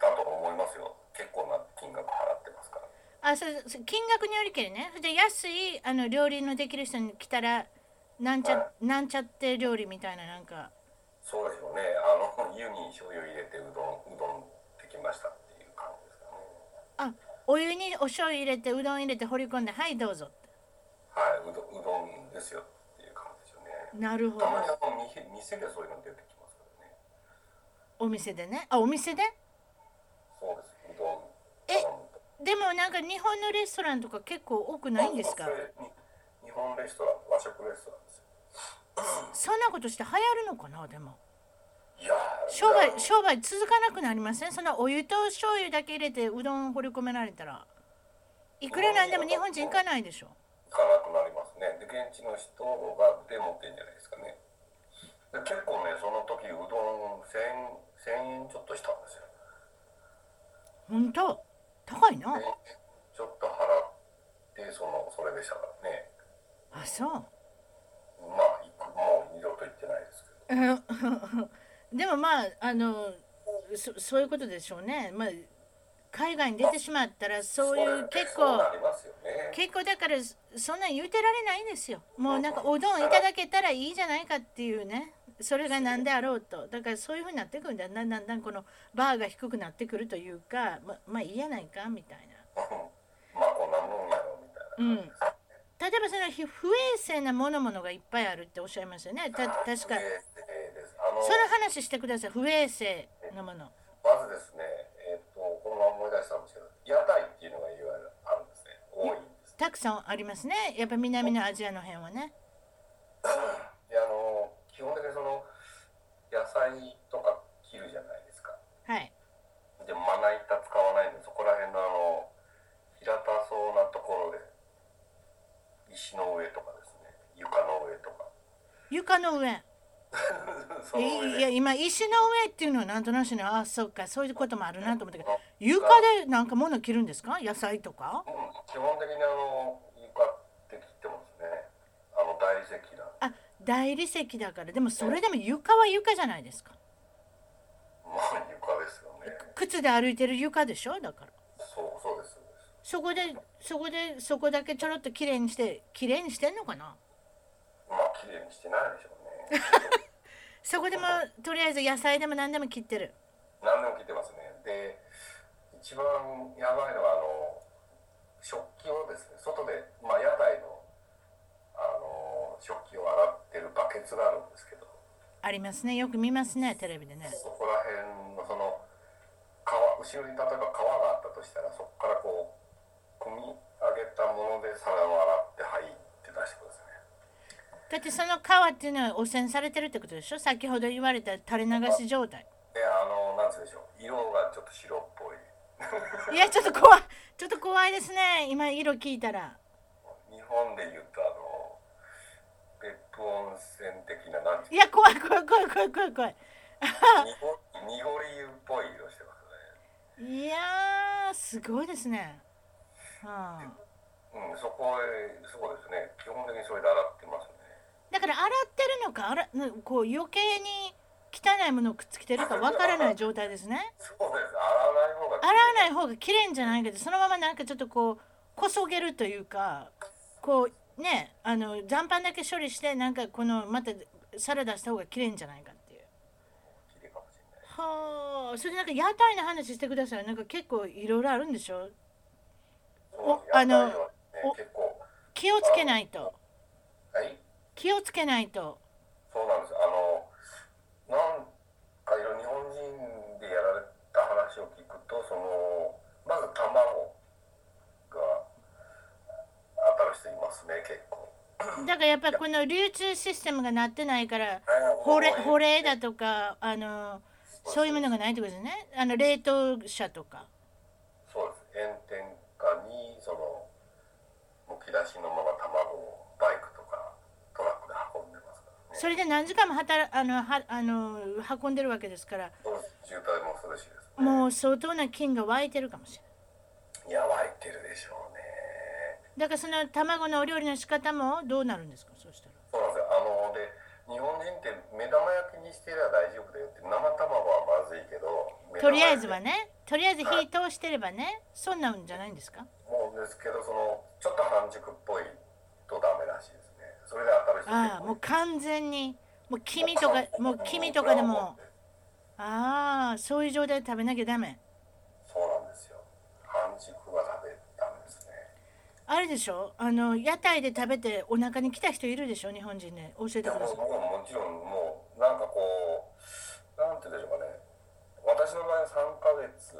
[SPEAKER 2] だと思いますよ結構な金額払ってますから
[SPEAKER 1] あそうそう金額によりけりねそれで安いあの料理のできる人に来たらなんちゃ
[SPEAKER 2] は
[SPEAKER 1] なんちゃって料理みたいななんか
[SPEAKER 2] そうですよねあの湯に醤油入れてうどんうどんできましたっていう感じですか
[SPEAKER 1] あ
[SPEAKER 2] ね
[SPEAKER 1] お湯にお醤油入れてうどん入れて放り込んではいどうぞ
[SPEAKER 2] はいうどうどんですよっていう感じですよね
[SPEAKER 1] なるほど
[SPEAKER 2] たまにあの店店でそういうの出てきますからね
[SPEAKER 1] お店でねあお店で
[SPEAKER 2] そうですうどん
[SPEAKER 1] え
[SPEAKER 2] 頼むと
[SPEAKER 1] でもなんか日本のレストランとか結構多くないんですか
[SPEAKER 2] あそれに日本レストラン和食レストランですよ
[SPEAKER 1] そんなことして流行るのかなでも
[SPEAKER 2] いやー
[SPEAKER 1] 商売
[SPEAKER 2] いや
[SPEAKER 1] 商売続かなくなりませんそんなお湯と醤油だけ入れてうどん放り込められたらいくらなんでも日本人行かないでしょ
[SPEAKER 2] 行かなくなりますねで現地の人がで持ってんじゃないですかねで結構ねその時うどん1000 1000円ちょっとしたんですよ
[SPEAKER 1] 本当高いな
[SPEAKER 2] でちょっと払ってそのそれでしたからね
[SPEAKER 1] あそう
[SPEAKER 2] まあ行くもう二度と行ってないですけど
[SPEAKER 1] うんでもまああのそそういうことでしょうね、まあ、海外に出てしまったらそういう
[SPEAKER 2] それ
[SPEAKER 1] 結
[SPEAKER 2] そうな
[SPEAKER 1] 構
[SPEAKER 2] りますよね
[SPEAKER 1] 結構だからそそんなん言うてられないんですよもうなんかおどんいただけたらいいじゃないかっていうねそれが何であろうとだからそういうふうになってくるんだだんだんだんこのバーが低くなってくるというかままあいいやないかみたいな。
[SPEAKER 2] まあこんなもんやろみたいな
[SPEAKER 1] うん例えばそのひ不衛生なものものがいっぱいあるっておっしゃいましたよねた確かその
[SPEAKER 2] えーですあの
[SPEAKER 1] 話してください不衛生なもの
[SPEAKER 2] まずですね、えーっとこのまま思い出したんですけど屋台っていうのがいわゆるあるんですね多いんです
[SPEAKER 1] たくさんありますねやっぱ南のアジアの辺はね
[SPEAKER 2] であの基本的にその野菜とか切るじゃないですか
[SPEAKER 1] はい
[SPEAKER 2] でまな板使わないんでそこら辺のあの平たそうなところで石の上とかですね床の上とか
[SPEAKER 1] 床の上
[SPEAKER 2] その上
[SPEAKER 1] い
[SPEAKER 2] で
[SPEAKER 1] いや今石の上っていうのはなんとなしねあそうかそういうこともあるなと思ったけど床でなんか物着るんですか野菜とか
[SPEAKER 2] うん基本的にあの床って切ってますねあの大理石なんで
[SPEAKER 1] あ大理石だからでもそれでも床は床じゃないですか
[SPEAKER 2] まあ床ですよね
[SPEAKER 1] 靴で歩いてる床でしょだから
[SPEAKER 2] そうそうですそうです
[SPEAKER 1] そこでそこでそこだけちょろっと綺麗にして綺麗にしてんのかな
[SPEAKER 2] まあ綺麗にしてないでしょうね
[SPEAKER 1] そこでもとりあえず野菜でも何でも切ってる
[SPEAKER 2] 何でも聞いてますねで一番やばいのはあの食器をですね外で、まあ、屋台のあの食器を洗ってるバケツがあるんですけど
[SPEAKER 1] ありますねよく見ますねテレビでね
[SPEAKER 2] そこら辺のその川後ろに例えば川があったとしたらそこからこう組み上げたもので皿を洗ってはいって出してくださいね
[SPEAKER 1] だってその川っていうのは汚染されてるってことでしょ先ほど言われた垂れ流し状態
[SPEAKER 2] であのなんつうんでしょう色がちょっと白っぽい
[SPEAKER 1] いやちょっと怖いちょっと怖いですね今色聞いたら
[SPEAKER 2] 日本で言うとあの別府温泉的ななんて
[SPEAKER 1] い
[SPEAKER 2] いう
[SPEAKER 1] や怖い怖い怖い怖い怖い怖い
[SPEAKER 2] の濁濁り湯っぽい色してます
[SPEAKER 1] いやーすごいですね、はあ、
[SPEAKER 2] ねうんそこへそうですね基本的にそれで洗ってますね
[SPEAKER 1] だから洗ってるのか洗なこう余計に汚いものをくっつけてるかわからない状態ですね
[SPEAKER 2] そうです洗わない方が
[SPEAKER 1] 洗わないい方が綺麗んじゃないけどそのままなんかちょっとこうこそげるというかこうねあの残飯だけ処理してなんかこのまたサラダした方が綺麗んじゃないかっていう
[SPEAKER 2] 綺麗かもしれない
[SPEAKER 1] はあそれでなんか屋台の話してくださいなんか結構いろいろあるんでしょ
[SPEAKER 2] そう
[SPEAKER 1] おあの
[SPEAKER 2] 屋台はね
[SPEAKER 1] お
[SPEAKER 2] 結構
[SPEAKER 1] 気をつけないと
[SPEAKER 2] はい
[SPEAKER 1] 気をつけないと
[SPEAKER 2] そうなんですよあのなんかいろいろ日本人でやられた話を聞くとそのまず卵が当たる人いますね結構
[SPEAKER 1] だからやっぱりこの流通システムがなってないから
[SPEAKER 2] こ
[SPEAKER 1] 保
[SPEAKER 2] れ
[SPEAKER 1] 冷保冷だとかあのそういうものがないってことですねあの冷凍車とか
[SPEAKER 2] そうです炎天下にそのむき出しのまま卵をバイクとかトラックで運んでますからね
[SPEAKER 1] それで何時間も働あのはあの運んでるわけですから
[SPEAKER 2] そうです渋滞もするしですね
[SPEAKER 1] もう相当な菌が湧いてるかもしれない
[SPEAKER 2] いや湧いてるでしょうね
[SPEAKER 1] だからその卵のお料理の仕方もどうなるんですかそうしたら
[SPEAKER 2] そうなんですよあので日本人って目玉焼きにしてりゃ大丈夫だよって生卵はまずいけど
[SPEAKER 1] とりあえずは
[SPEAKER 2] ね
[SPEAKER 1] ねとりあえず火通してればねそんなんじゃないんですか
[SPEAKER 2] もうですけどそのちょっと半熟っぽいとダメらしいですねそれで当た
[SPEAKER 1] あ
[SPEAKER 2] る人結構いる
[SPEAKER 1] あもう完全にもう黄身とかもう黄身とかでもああそういう状態で食べなきゃダメ
[SPEAKER 2] そうなんですよ半熟は食べダメですね
[SPEAKER 1] あれでしょあの屋台で食べてお腹に来た人いるでしょ日本人で教えて
[SPEAKER 2] いや
[SPEAKER 1] く
[SPEAKER 2] も
[SPEAKER 1] だ
[SPEAKER 2] う
[SPEAKER 1] さい
[SPEAKER 2] 僕ももちろんもうなんかこうなんて言うんでしょうかね私の場合は3ヶ月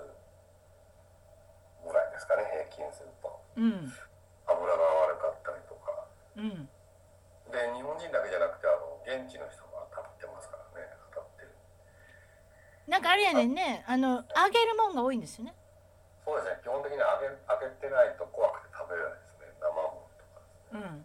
[SPEAKER 2] ぐらいですかね平均すると
[SPEAKER 1] うん
[SPEAKER 2] 油が悪かったりとか
[SPEAKER 1] うん
[SPEAKER 2] で日本人だけじゃなくてあの現地の人が当たってますからね当たってる
[SPEAKER 1] なんかあれやねんねあの揚げるもんが多いんですよね
[SPEAKER 2] そうですね基本的に揚げ揚げてないと怖くて食べれないですね生ものとか
[SPEAKER 1] うん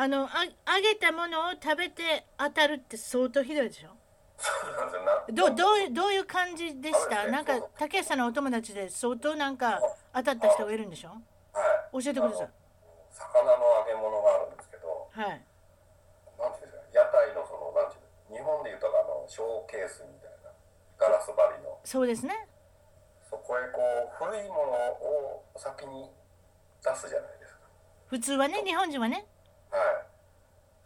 [SPEAKER 1] あのあ揚げたものを食べて当たるって相当ひどいでしょ
[SPEAKER 2] そうなんですよ
[SPEAKER 1] ど
[SPEAKER 2] な
[SPEAKER 1] うどういうどういう感じでしたなんか竹内さんのお友達で相当なんか当たった人がいるんでしょ
[SPEAKER 2] はい
[SPEAKER 1] 教えてください
[SPEAKER 2] 魚の揚げ物があるんですけど
[SPEAKER 1] はい
[SPEAKER 2] なんていうんですか屋台のそのなんていうん日本でいうとあのショーケースみたいなガラス張りの
[SPEAKER 1] そうですね
[SPEAKER 2] そこへこう古いものを先に出すじゃないですか
[SPEAKER 1] 普通はね日本人はね
[SPEAKER 2] はい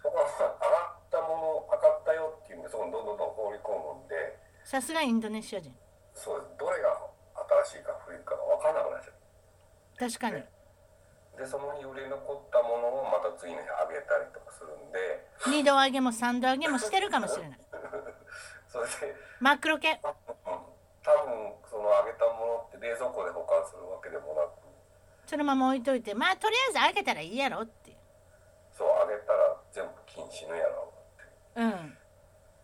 [SPEAKER 2] そこは上がったもの上がったよっていうのでそこにどんどんどん放り込むんで
[SPEAKER 1] さすがインドネシア人
[SPEAKER 2] そうですどれが新しいか古いかが分からなくなっちゃう
[SPEAKER 1] 確かに
[SPEAKER 2] でその日売れ残ったものをまた次の日揚げたりとかするんで
[SPEAKER 1] 二度揚げも三度揚げもしてるかもしれない
[SPEAKER 2] それで
[SPEAKER 1] 真っ黒系
[SPEAKER 2] うん多分その揚げたものって冷蔵庫で保管するわけでもなく
[SPEAKER 1] そのまま置いといてまあとりあえず揚げたらいいやろっていう
[SPEAKER 2] そう揚げたら全部禁止のやろうって
[SPEAKER 1] うん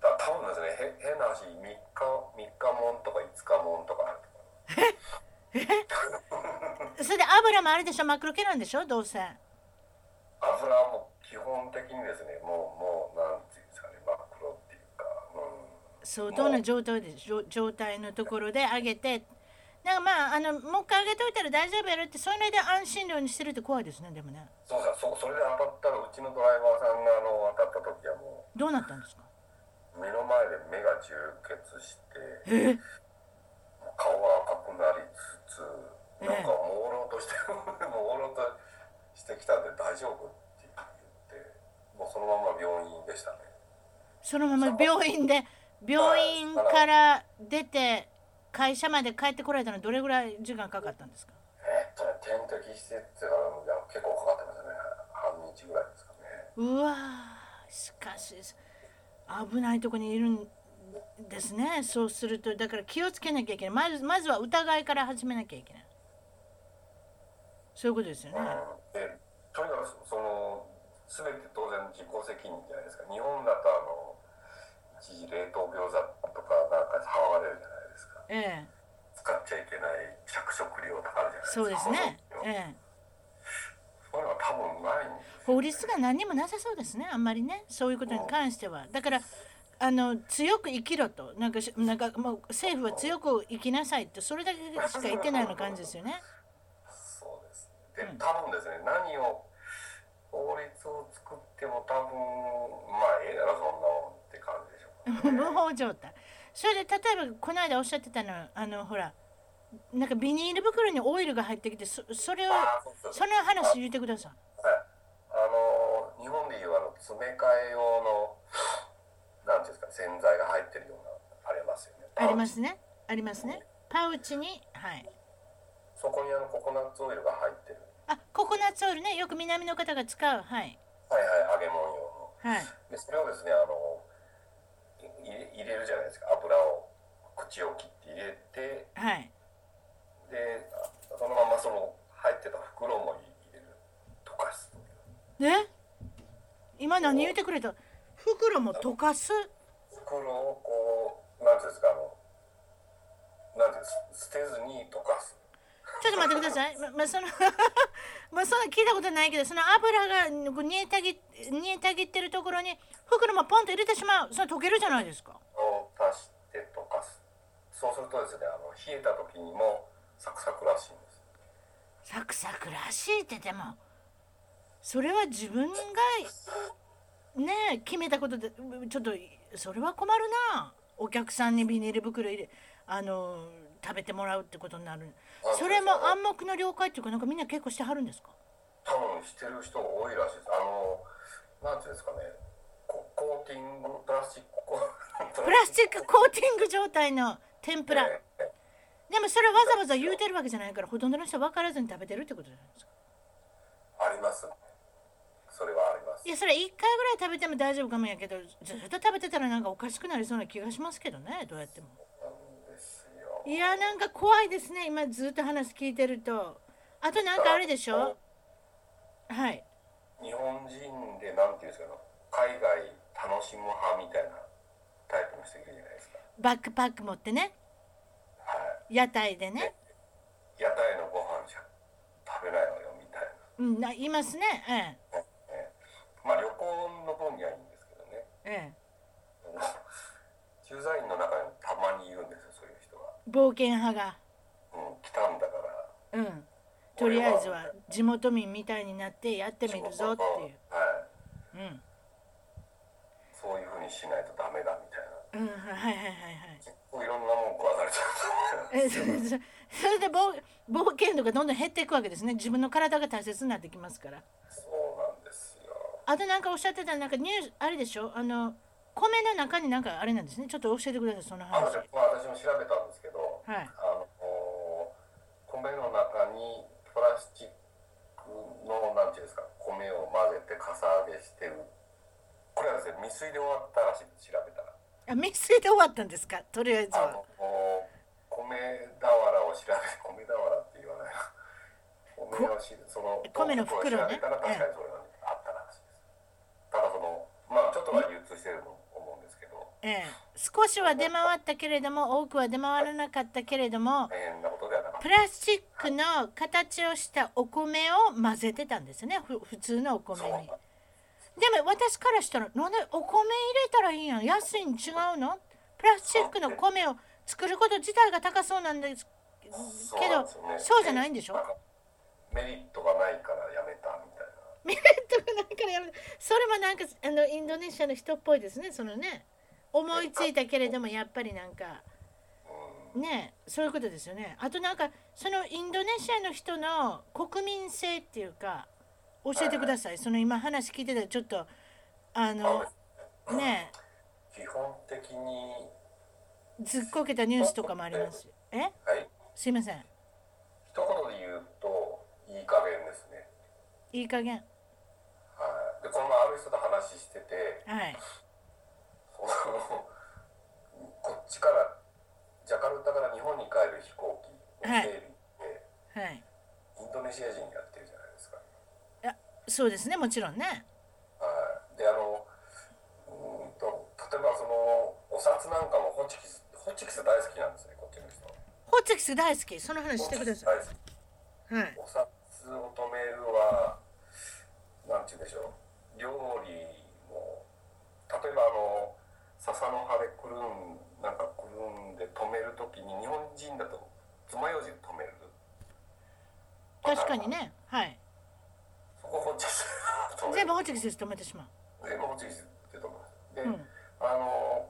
[SPEAKER 2] だ多分ですねへ変な話3日3日もんとか5日もんとか
[SPEAKER 1] それで油もあれでしょ真っ黒系なんでしょどうせ
[SPEAKER 2] 油はもう基本的にですねもうもうなんていうんですかね真っ黒っていうか、うん、
[SPEAKER 1] 相当な状態で状状態のところで揚げてなんかまああのもう一回揚げといたら大丈夫やろってそれで安心量にしてるって怖いですねでもね
[SPEAKER 2] そうですねそそれで当たったらうちのドライバーさんがあの当たった時はも
[SPEAKER 1] どうなったんですか
[SPEAKER 2] う目の前で目が充血し
[SPEAKER 1] え
[SPEAKER 2] てでンとしてきたんで大丈夫って言ってもうそのまま病院でしたね
[SPEAKER 1] そのまま病院で病院から出て会社まで帰ってこられたのはどれぐらい時間かかったんですか
[SPEAKER 2] えっとね点滴してってからもじゃあ結構かかってましたね半日ぐらいですかね
[SPEAKER 1] うわーしかし危ないとこにいるんですねそうするとだから気をつけなきゃいけないまずまずは疑いから始めなきゃいけないそういうことですよね
[SPEAKER 2] うんでとにかくその全て当然自己責任じゃないですか日本だとあの一時冷凍餃子とかなんか剥がれるじゃないですか
[SPEAKER 1] ええ
[SPEAKER 2] 使っちゃいけない着色料とかあるじゃ
[SPEAKER 1] そう
[SPEAKER 2] ないで
[SPEAKER 1] です
[SPEAKER 2] か
[SPEAKER 1] すね
[SPEAKER 2] 保存料
[SPEAKER 1] ええ
[SPEAKER 2] そういうのは多分ないん
[SPEAKER 1] 法律が何にもなさそうですねあんまりねそういうことに関してはだからあの強く生きろとなんかしなんかもう政府は強く生きなさいってそれだけしか言ってないような感じですよね
[SPEAKER 2] そうですで多分ですね、何を法律を作っても多分まあええだろそんなもんって感じでしょうか、ね、
[SPEAKER 1] 無法状態それで例えばこの間おっしゃってたのあのほらなんかビニール袋にオイルが入ってきてそそれを
[SPEAKER 2] あーそうそう
[SPEAKER 1] その話言ってください
[SPEAKER 2] はいあの日本でいうあの詰め替え用のなんていうんですか洗剤が入ってるようなありますよね
[SPEAKER 1] ありますねありますねパウチにはい
[SPEAKER 2] そこにあのココナッツオイルが入ってる
[SPEAKER 1] あココナッツオイルねよく南の方が使うはい
[SPEAKER 2] はいはい揚げ物用の
[SPEAKER 1] はい
[SPEAKER 2] でそれをですねあのい入れるじゃないですか油を口を切って入れて
[SPEAKER 1] はい
[SPEAKER 2] でそのままその入ってた袋も入れる溶かす
[SPEAKER 1] ね今何言ってくれた袋も溶かす
[SPEAKER 2] 袋をこうなんていうんですかあのなんていうんです捨てずに溶かす
[SPEAKER 1] ちょっと待ってくださいままあその まあそんな聞いたことないけどその油がこう煮えたぎ煮えたぎってるところに袋もポンと入れてしまうそれ溶けるじゃないですか
[SPEAKER 2] を足して溶かすそうするとですねあの冷えた時にもサクサクらしいんです
[SPEAKER 1] サクサクらしいってでもそれは自分がねえ決めたことでちょっとそれは困るなお客さんにビニール袋入れあの食べてもらうってことになるそれも暗黙の了解っていうかなんかみんな結構してはるんですか
[SPEAKER 2] 多分してる人が多いらしいですあのなんていうんですかねこコーティングプラスチックコー
[SPEAKER 1] プラスチックコーティング状態の天ぷら
[SPEAKER 2] ええ
[SPEAKER 1] でもそれわざわざ言うてるわけじゃないからほとんどの人分からずに食べてるってことじゃないですか
[SPEAKER 2] ありますそれはあります
[SPEAKER 1] いやそれ1回ぐらい食べても大丈夫かもやけどずっと食べてたらなんかおかしくなりそうな気がしますけどねどうやっても
[SPEAKER 2] なんですよ
[SPEAKER 1] いやなんか怖いですね今ずっと話聞いてるとあとなんかあれでしょはい
[SPEAKER 2] 日本人でなんていうんですかね海外楽しむ派みたいなタイプの人いるじゃないですか
[SPEAKER 1] バックパック持ってね
[SPEAKER 2] はい
[SPEAKER 1] 屋台でね、
[SPEAKER 2] 屋台のご飯じゃ食べないわよみたいな
[SPEAKER 1] うん、ないますね
[SPEAKER 2] ねまあ旅行の分にはいいんですけどね
[SPEAKER 1] ええええ
[SPEAKER 2] あの駐在員の中にもたまにいるんですよそういう人は、
[SPEAKER 1] 冒険派が
[SPEAKER 2] うん、来たんだから
[SPEAKER 1] うんとりあえずは地元民みたいになってやってみるぞっていう
[SPEAKER 2] は
[SPEAKER 1] う
[SPEAKER 2] い
[SPEAKER 1] ん
[SPEAKER 2] そういうふうにしないとダメだみたいな
[SPEAKER 1] うん、はいはいはいはい
[SPEAKER 2] 結構いろんなもん食わされちゃう
[SPEAKER 1] えそれそれそれで冒冒険度がどんどん減っていくわけですね自分の体が大切になってきますから
[SPEAKER 2] そうなんですよ
[SPEAKER 1] あとなんかおっしゃってたなんかニュースあれでしょあの米の中になんかあれなんですねちょっと教えてくださいその
[SPEAKER 2] あ
[SPEAKER 1] 話
[SPEAKER 2] の、まあ、私も調べたんですけど、
[SPEAKER 1] はい
[SPEAKER 2] あのこう米の中にプラスチックのなんていうんですか米を混ぜてかさ上げしてるこれはですね未遂で終わったらしいです調べたら
[SPEAKER 1] あ未遂で終わったんですかとりあえず
[SPEAKER 2] あ
[SPEAKER 1] は
[SPEAKER 2] のこう米俵を調べ米俵って言わないな米をしその
[SPEAKER 1] 米の袋ね
[SPEAKER 2] を調べたら確かにそれはねあったらしいですただそのまあちょっとは流通してると思うんですけど
[SPEAKER 1] ええ少しは出回ったけれども多くは出回らなかったけれども
[SPEAKER 2] 大変なことではなかっ
[SPEAKER 1] プ
[SPEAKER 2] た
[SPEAKER 1] ラスチックの形をしたお米を混ぜてたんですねふ普通のお米
[SPEAKER 2] そうなん
[SPEAKER 1] に
[SPEAKER 2] です
[SPEAKER 1] でも私からしたらなんでお米入れたらいいやん安いに違うのプラスチックの米を作ること自体が高そうなんですけど
[SPEAKER 2] そうなんですよね
[SPEAKER 1] そうじゃないんでしょ
[SPEAKER 2] なんかメリットがないからやめた
[SPEAKER 1] メ
[SPEAKER 2] みたいな
[SPEAKER 1] リットがないからやめたそれもなんかあのインドネシアの人っぽいですねそのね思いついたけれどもやっぱりなんか
[SPEAKER 2] うん
[SPEAKER 1] ねそういうことですよねあとなんかそのインドネシアの人の国民性っていうか教えてください、その今話聞いてたらちょっとあのね
[SPEAKER 2] 基本的に、
[SPEAKER 1] ずっこけたニュースとかもありますよえ
[SPEAKER 2] はい、
[SPEAKER 1] すいません
[SPEAKER 2] 一言で言うと、いい加減ですね。
[SPEAKER 1] いい加減
[SPEAKER 2] はい。で、この前ある人と話してて、
[SPEAKER 1] はい
[SPEAKER 2] そのこっちから、ジャカルタから日本に帰る飛行機の整備って、
[SPEAKER 1] はい
[SPEAKER 2] インドネシア人やってるじゃないですか。
[SPEAKER 1] そうですねもちろんね
[SPEAKER 2] はい。で、あの、うーんと、例えばその、お札なんかもホチキス、ホチキス大好きなんですね、こっちの人。
[SPEAKER 1] ホチキス大好きその話してくださ
[SPEAKER 2] ホチキス大好き
[SPEAKER 1] いはい
[SPEAKER 2] お札を止めるはなんて言うんでしょう料理も例えばあの笹の葉でくるんなんかくるんで止めるときに日本人だと爪楊枝で止める
[SPEAKER 1] 確かにねはい
[SPEAKER 2] そこホチキスで 止め
[SPEAKER 1] 全
[SPEAKER 2] る
[SPEAKER 1] 部ホチキスで止めてしまう
[SPEAKER 2] 全部ホチキスって止めますで、
[SPEAKER 1] うん
[SPEAKER 2] あの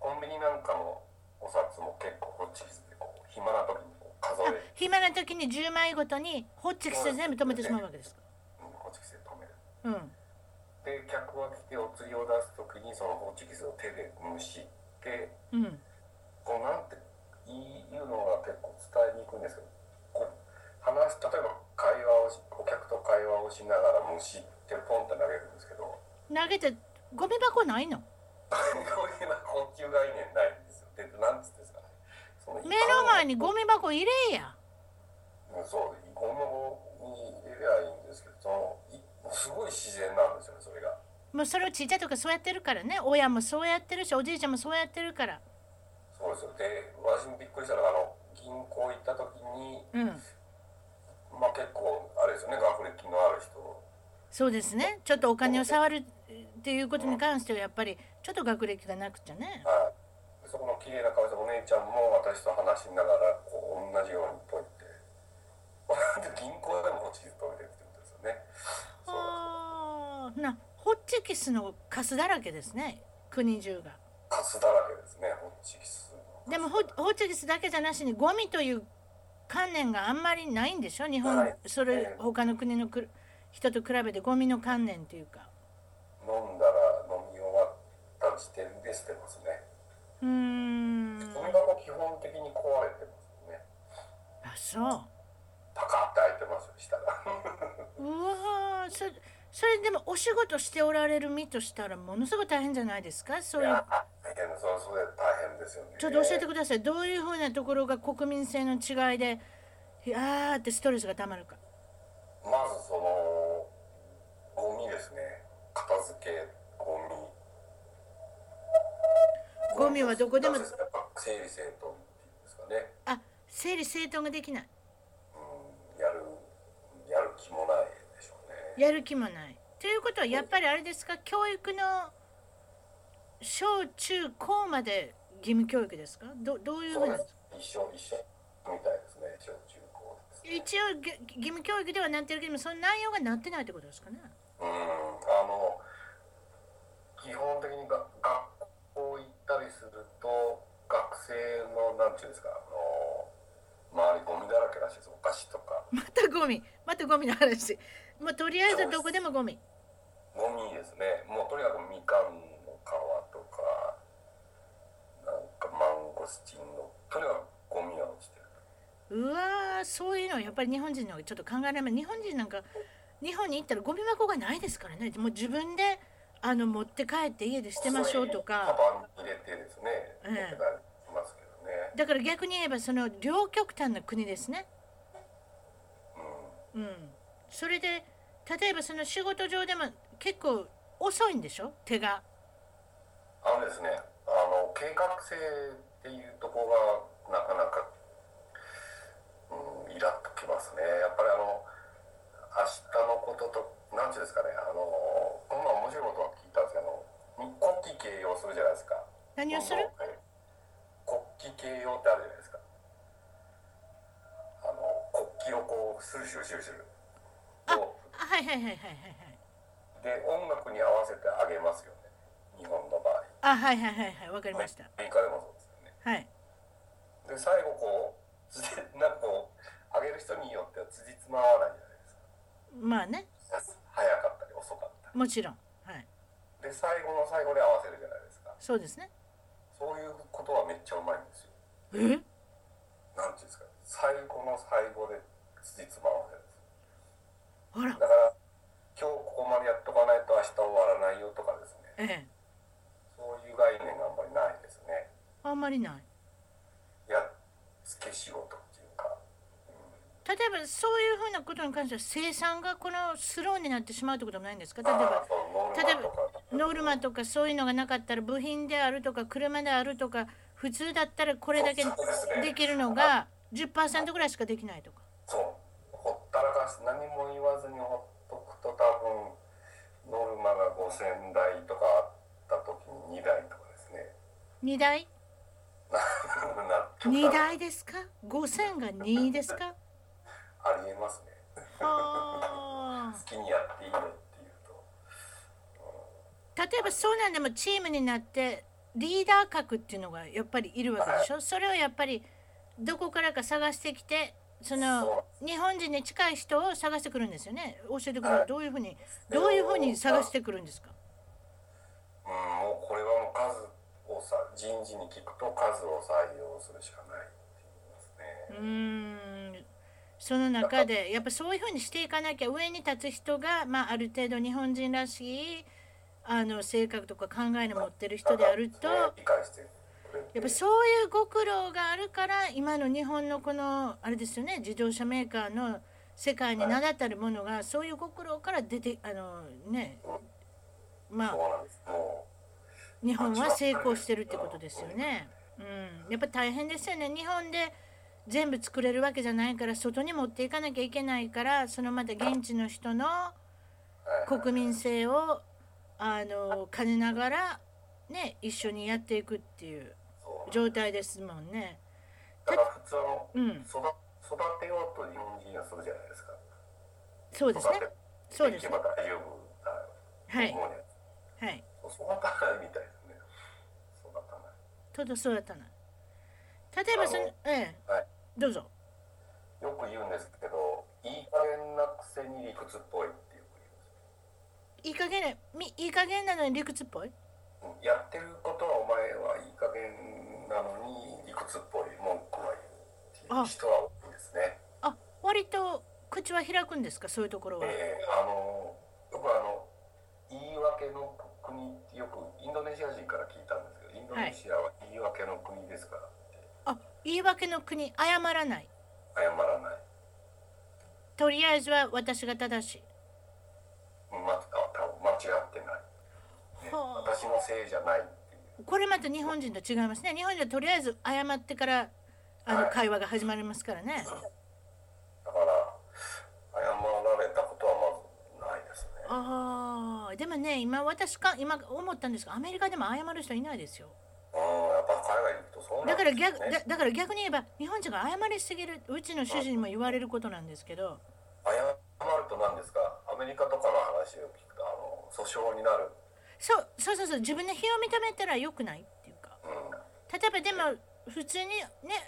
[SPEAKER 2] コンビニなんかのお札も結構ホチキスでこう暇な時にこう数
[SPEAKER 1] あ
[SPEAKER 2] える
[SPEAKER 1] 暇な時に10枚ごとにホチキスで全部止めてしまうわけですか
[SPEAKER 2] うんホチキスで止める
[SPEAKER 1] うん
[SPEAKER 2] で客が来てお釣りを出す時にそのホチキスを手でむしって
[SPEAKER 1] うん
[SPEAKER 2] こうなんていうのが結構伝えにくいんですけどこう話例えば会話をしお客と会話をしながらむしってポンって投げるんですけど
[SPEAKER 1] 投げてゴミ箱ないの
[SPEAKER 2] こういうのは高級概念ないんですよでなんつってんですかねその
[SPEAKER 1] 目の前にゴミ箱入れや
[SPEAKER 2] うんそうゴミをに入れりゃいいんですけどそのいすごい自然なんですよねそれが。
[SPEAKER 1] もうそれをちっちゃい時からそうやってるからね親もそうやってるしおじいちゃんもそうやってるから
[SPEAKER 2] そうですよで私もびっくりしたのがあの銀行行った時に
[SPEAKER 1] うん
[SPEAKER 2] まあ結構あれですよね学歴のある人
[SPEAKER 1] そうですねちょっとお金を触るっていうことに関してはやっぱりちょっと学歴がなくちゃね
[SPEAKER 2] はいそこの綺麗な顔したお姉ちゃんも私と話しながらこう同じようにポイって 銀行でも落ち着いて止めてるってことですよねそう
[SPEAKER 1] はあなホチキスのカスだらけですね国中が
[SPEAKER 2] カスだらけですねホッチキス
[SPEAKER 1] でもホホチキスだけじゃなしにゴミという観念があんまりないんでしょ日本、
[SPEAKER 2] はい
[SPEAKER 1] それ
[SPEAKER 2] ええ
[SPEAKER 1] 他の国のくる人と比べてゴミの観念というか
[SPEAKER 2] 飲んだら飲み終わった時点で捨てますね
[SPEAKER 1] うーん
[SPEAKER 2] ゴミ箱基本的に壊れてますよね
[SPEAKER 1] あそう
[SPEAKER 2] パカって開いてますよ下が
[SPEAKER 1] うわーそそれでもお仕事しておられる身としたらものすごい大変じゃないですかそう
[SPEAKER 2] い
[SPEAKER 1] いう
[SPEAKER 2] や大変ですそれそれ大変ですよね
[SPEAKER 1] ちょっと教えてくださいどういうふうなところが国民性の違いであーってストレスがたまるか
[SPEAKER 2] まずそのゴミですね片付けゴミ
[SPEAKER 1] ゴミはどこでも
[SPEAKER 2] やっぱ整理整頓っていうんですかね
[SPEAKER 1] あ整理整頓ができない
[SPEAKER 2] うんやるやる気もないでしょうね
[SPEAKER 1] やる気もないということはやっぱりあれですか教育の小中高まで義務教育ですかどどういうふ
[SPEAKER 2] そうう
[SPEAKER 1] な
[SPEAKER 2] です一緒一緒みたいですね小中高ですね
[SPEAKER 1] 一応ぎ義務教育ではなってるけどもその内容がなってないってことですかね
[SPEAKER 2] うんあの基本的にが学校行ったりすると学生のなんていうんですかあの周りゴミだらけらしいですお菓子とか
[SPEAKER 1] またゴミまたゴミの話もうとりあえずどこでもゴミ
[SPEAKER 2] ゴミですねもうとにかくみかんの皮とかなんかマンゴスチンのとにかくゴミが落ちてる
[SPEAKER 1] うわーそういうのはやっぱり日本人の方がちょっと考えられない日本人なんか日本に行ったらゴミ箱がないですからねもう自分であの持って帰って家で捨てましょうと
[SPEAKER 2] カ
[SPEAKER 1] か
[SPEAKER 2] バンに入れてですね
[SPEAKER 1] うん
[SPEAKER 2] 持って帰りますけどね、
[SPEAKER 1] だから逆に言えばその両極端な国ですねうんそれで例えばその仕事上でも結構遅いんでしょ手が
[SPEAKER 2] あのですねあの計画性っていうとこがなかなか、うん、イラっときますねやっぱりあの明日のことと何ていうんですかねあのこの前面白いことは聞いたんですけどあの国旗形容するじゃないですか
[SPEAKER 1] 何をする
[SPEAKER 2] 国旗形容ってあるじゃないですかあの国旗をこうスルシュルシュルシュル
[SPEAKER 1] あ
[SPEAKER 2] こう
[SPEAKER 1] あはいはいはいはいはいはい
[SPEAKER 2] で音楽に合わせてあげますよね日本の場合
[SPEAKER 1] あはいはいはいはいわかりました
[SPEAKER 2] アメリカでもそうですよね
[SPEAKER 1] はい
[SPEAKER 2] でで最後こうつじなんかこう上げる人によっては辻褄合わないじゃないですか
[SPEAKER 1] まあね
[SPEAKER 2] 早かったり遅かったり
[SPEAKER 1] もちろんはい
[SPEAKER 2] で最後の最後で合わせるじゃないですか
[SPEAKER 1] そうですね
[SPEAKER 2] そういうことはめっちゃうまいんですよ
[SPEAKER 1] え
[SPEAKER 2] なんていうんですか最後の最後で辻褄合わせるん
[SPEAKER 1] あら
[SPEAKER 2] ですだから今日ここまでやっとかないと明日終わらないよとかです
[SPEAKER 1] ええ
[SPEAKER 2] ねそういう概念があんまりないですね
[SPEAKER 1] あんまりない
[SPEAKER 2] やっつけ仕事っていうか
[SPEAKER 1] 例えばそういうふうなことに関しては生産がこのスローになってしまうってこともないんですか例えば
[SPEAKER 2] あーそうノルマとか
[SPEAKER 1] ノルマとかそういうのがなかったら部品であるとか車であるとか普通だったらこれだけ
[SPEAKER 2] そうそうですね
[SPEAKER 1] できるのが10%ぐらいしかできないとか
[SPEAKER 2] そうほったらかす何も言わずにほっとくと多分ノルマが5000台とかあった時に2台とかですね
[SPEAKER 1] 2台
[SPEAKER 2] なっとか
[SPEAKER 1] 2台ですか5000が2ですか
[SPEAKER 2] ありえますね
[SPEAKER 1] はあ
[SPEAKER 2] 好きにやっていいよっていうと
[SPEAKER 1] 例えばそうなんでもチームになってリーダー格っていうのがやっぱりいるわけでしょそれをやっぱりどこからか探してきてその日本人に近い人を探してくるんですよね教えてくれ
[SPEAKER 2] は
[SPEAKER 1] る
[SPEAKER 2] い
[SPEAKER 1] どういうふうにどういうふうに探してくるんですか
[SPEAKER 2] うんもうこれはもう数をさ人事に聞くと数を採用するしかないって言いますね、
[SPEAKER 1] うーんその中でやっぱそういうふうにしていかなきゃ上に立つ人が、まあ、ある程度日本人らしいあの性格とか考えの持ってる人であると
[SPEAKER 2] なんかね理解してくれて
[SPEAKER 1] やっぱそういうご苦労があるから今の日本のこのあれですよね自動車メーカーの世界に名だたるものがそういうご苦労から出てあのねまあ
[SPEAKER 2] そうなんですもう
[SPEAKER 1] 日本は成功してるってことですよね。うん、やっぱ大変ですよね日本で全部作れるわけじゃないから外に持っていかなきゃいけないからそのまた現地の人の国民性をあの兼ねながらね一緒にやっていくっていう
[SPEAKER 2] そう
[SPEAKER 1] 状態ですもんね。
[SPEAKER 2] だから普通の
[SPEAKER 1] うん
[SPEAKER 2] 育育てようと日本人はするじゃないですか。
[SPEAKER 1] そうですね
[SPEAKER 2] 育て。
[SPEAKER 1] そうです
[SPEAKER 2] い
[SPEAKER 1] ね
[SPEAKER 2] け。ば大丈夫だ
[SPEAKER 1] はい
[SPEAKER 2] と思うね。
[SPEAKER 1] はい。
[SPEAKER 2] そう育たないみたいですね。育たない。
[SPEAKER 1] とどそうだったな。例えばその
[SPEAKER 2] あの
[SPEAKER 1] ええ
[SPEAKER 2] はい。
[SPEAKER 1] どうぞ。
[SPEAKER 2] よく言うんですけど、いい加減なくせに理屈っぽいってよく
[SPEAKER 1] いい加減なみいい加減なのに理屈っぽい。
[SPEAKER 2] 言うんですよ。やってることはお前はいい加減なのに理屈っぽい文句は言うっていう人は多いですね。
[SPEAKER 1] あ割と口は開くんですかそういうところは。
[SPEAKER 2] えーあのよくあの言い訳の国ってよくインドネシア人から聞いたんですけどインドネシアは言い訳の国ですからって
[SPEAKER 1] あ言い訳の国謝らない。
[SPEAKER 2] 謝らない、
[SPEAKER 1] とりあえずは私が正しい。
[SPEAKER 2] ま、あ多分間違ってない、ね、
[SPEAKER 1] はあ
[SPEAKER 2] 私のせいじゃないっていう
[SPEAKER 1] これまた日本人と違いますね。日本人はとりあえず謝ってからあの
[SPEAKER 2] はい
[SPEAKER 1] 会話が始まりますからね。
[SPEAKER 2] だから謝られたことはまずないですね
[SPEAKER 1] ああでもね今私か今思ったんですがアメリカでも謝る人いないですよ。
[SPEAKER 2] うんやっぱ海外に行くとそう
[SPEAKER 1] だ
[SPEAKER 2] なん
[SPEAKER 1] か
[SPEAKER 2] です
[SPEAKER 1] ら
[SPEAKER 2] よ
[SPEAKER 1] 逆だ
[SPEAKER 2] ね
[SPEAKER 1] だから逆に言えば日本人が謝りすぎるうちの主人にも言われることなんですけど
[SPEAKER 2] 謝ると何ですかアメリカとかの話を聞くとあの訴訟になる、
[SPEAKER 1] そうそうそうそう自分の非を認めたら良くないっていうか
[SPEAKER 2] うん、
[SPEAKER 1] 例えばでも普通にね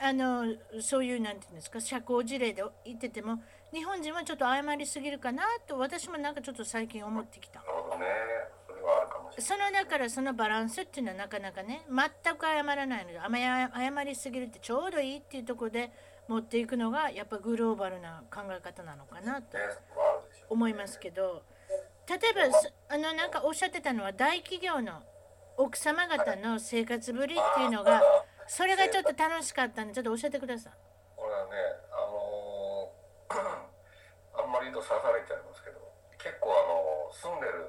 [SPEAKER 1] あのそういうなんていうんですか社交辞令で言ってても日本人はちょっと謝りすぎるかなと私もなんかちょっと最近思ってきた
[SPEAKER 2] なるほどねそれはあるかもしれない
[SPEAKER 1] そのだからそのバランスっていうのはなかなかね全く謝らないのであまり謝りすぎるってちょうどいいっていうところで持っていくのがやっぱグローバルな考え方なのかなと
[SPEAKER 2] ねそれはあるでしょう
[SPEAKER 1] 思いますけど例えばそあのなんかおっしゃってたのは大企業の奥様方の生活ぶりっていうのがそれがちょっと楽しかったんでちょっと教えてください。
[SPEAKER 2] これはねあのー あんまり言うと刺されちゃいますけど結構あのー住んでる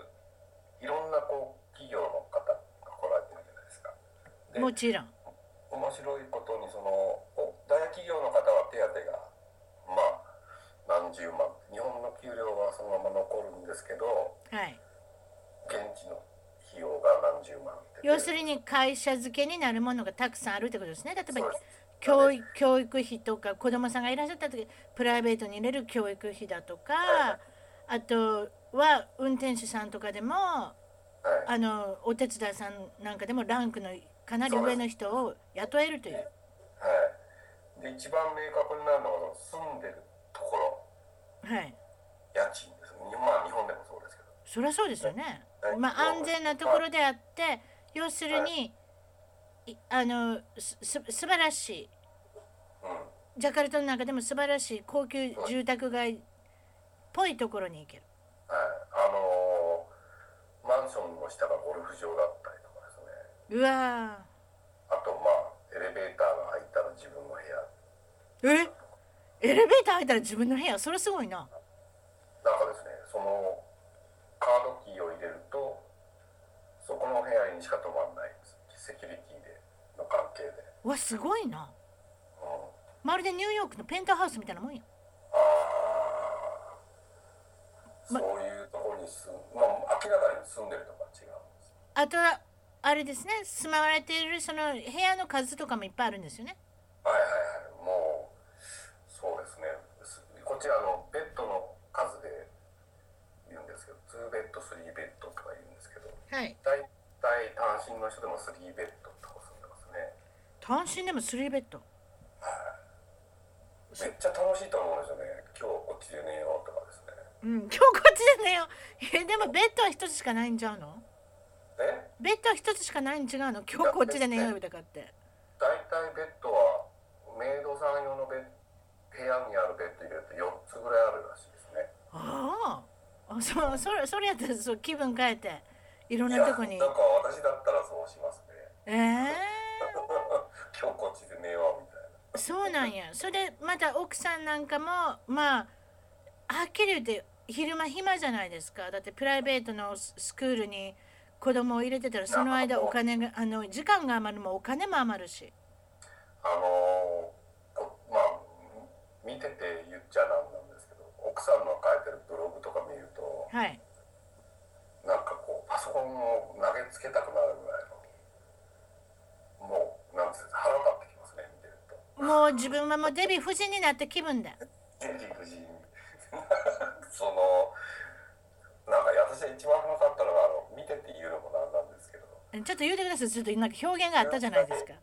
[SPEAKER 2] いろんなこう企業の方が来られてるじゃないですかで
[SPEAKER 1] もちろん。
[SPEAKER 2] 面白いことにそのお大企業の方は手当がまあ何十万日本の給料はそのまま残るんですけど
[SPEAKER 1] はい。
[SPEAKER 2] 現地の費用が何十万って
[SPEAKER 1] 要するに会社付けになるものがたくさんあるってことですね。例え
[SPEAKER 2] そう
[SPEAKER 1] ば
[SPEAKER 2] です
[SPEAKER 1] 教育教育費とか子供さんがいらっしゃった時プライベートに入れる教育費だとかあとは運転手さんとかでも
[SPEAKER 2] はい
[SPEAKER 1] あのお手伝いさんなんかでもランクのかなり上の人を雇えるという。
[SPEAKER 2] はい、一番明確になるのがその住んでるところ
[SPEAKER 1] はい
[SPEAKER 2] 家賃ですねまあ日本でもそうですけど
[SPEAKER 1] そりゃそうですよね
[SPEAKER 2] はい。
[SPEAKER 1] まあ安全なところであって要するにいあのすす素晴らしい
[SPEAKER 2] うん
[SPEAKER 1] ジャカルタの中でも素晴らしい高級住宅街っぽいところに行ける。
[SPEAKER 2] はいあのーマンションの下がゴルフ場だったりとかですね
[SPEAKER 1] うわ
[SPEAKER 2] あとまあエレベーターが入ったら自分の部屋
[SPEAKER 1] ーえエレベーター入ったら自分の部屋それすごいな。
[SPEAKER 2] なんかですねそのカードキーを入れるとそこの部屋にしか泊まんないんですセキュリティでの関係で、
[SPEAKER 1] うわすごいな。
[SPEAKER 2] うん、
[SPEAKER 1] まるでニューヨークのペンタハウスみたいなもんや。
[SPEAKER 2] あー
[SPEAKER 1] ま
[SPEAKER 2] そういうところに住ん、まあ、明らかに住んでるとか違うんです
[SPEAKER 1] あとはあれですね住まわれているその部屋の数とかもいっぱいあるんですよね。
[SPEAKER 2] はいはいはいもうそうですねすこっちあのベッドの数で言うんですけど2ベッド3ベッドとか言うんですけど
[SPEAKER 1] はい。
[SPEAKER 2] 大体単身の人でも3ベッドとか住んでますね
[SPEAKER 1] 単身でもスリーベッド。
[SPEAKER 2] めっちゃ楽しいと思うんですよね今日こっちで寝ようとかですね
[SPEAKER 1] うん今日こっちで寝よう。 えでもベッドは一つしかないんちゃうの？
[SPEAKER 2] え
[SPEAKER 1] ベッドは一つしかないん違うの今日こっちで寝ようとかって
[SPEAKER 2] 大体ベッドはメイドさん用のベッ部屋にあるベッド入れると4つぐらいあるらしいですね
[SPEAKER 1] あああそうそれそれやってそう気分変えていろんなとこに
[SPEAKER 2] いやなんか私だったらそうしますね
[SPEAKER 1] ええ
[SPEAKER 2] 今日こっちで寝ようみたいな
[SPEAKER 1] そうなんやそれでまた奥さんなんかもまあはっきり言って昼間暇じゃないですかだってプライベートのススクールに子供を入れてたらその間お金があの時間が余るもお金も余るし
[SPEAKER 2] あのーこまあ見てて言っちゃなんなんですけど奥さんの書いてるブログとか見ると
[SPEAKER 1] はい
[SPEAKER 2] なんかこうパソコンを投げつけたくなるぐらいのもうなんつうの腹立ってきますね見てると
[SPEAKER 1] もう自分はもうデヴィ夫人になった気分だ
[SPEAKER 2] デヴィ夫人 そのなんか私は一番腹立ったのがあの見てて言うのもなんなんですけど
[SPEAKER 1] ちょっと言うてくださいちょっとなんか表現があったじゃないですか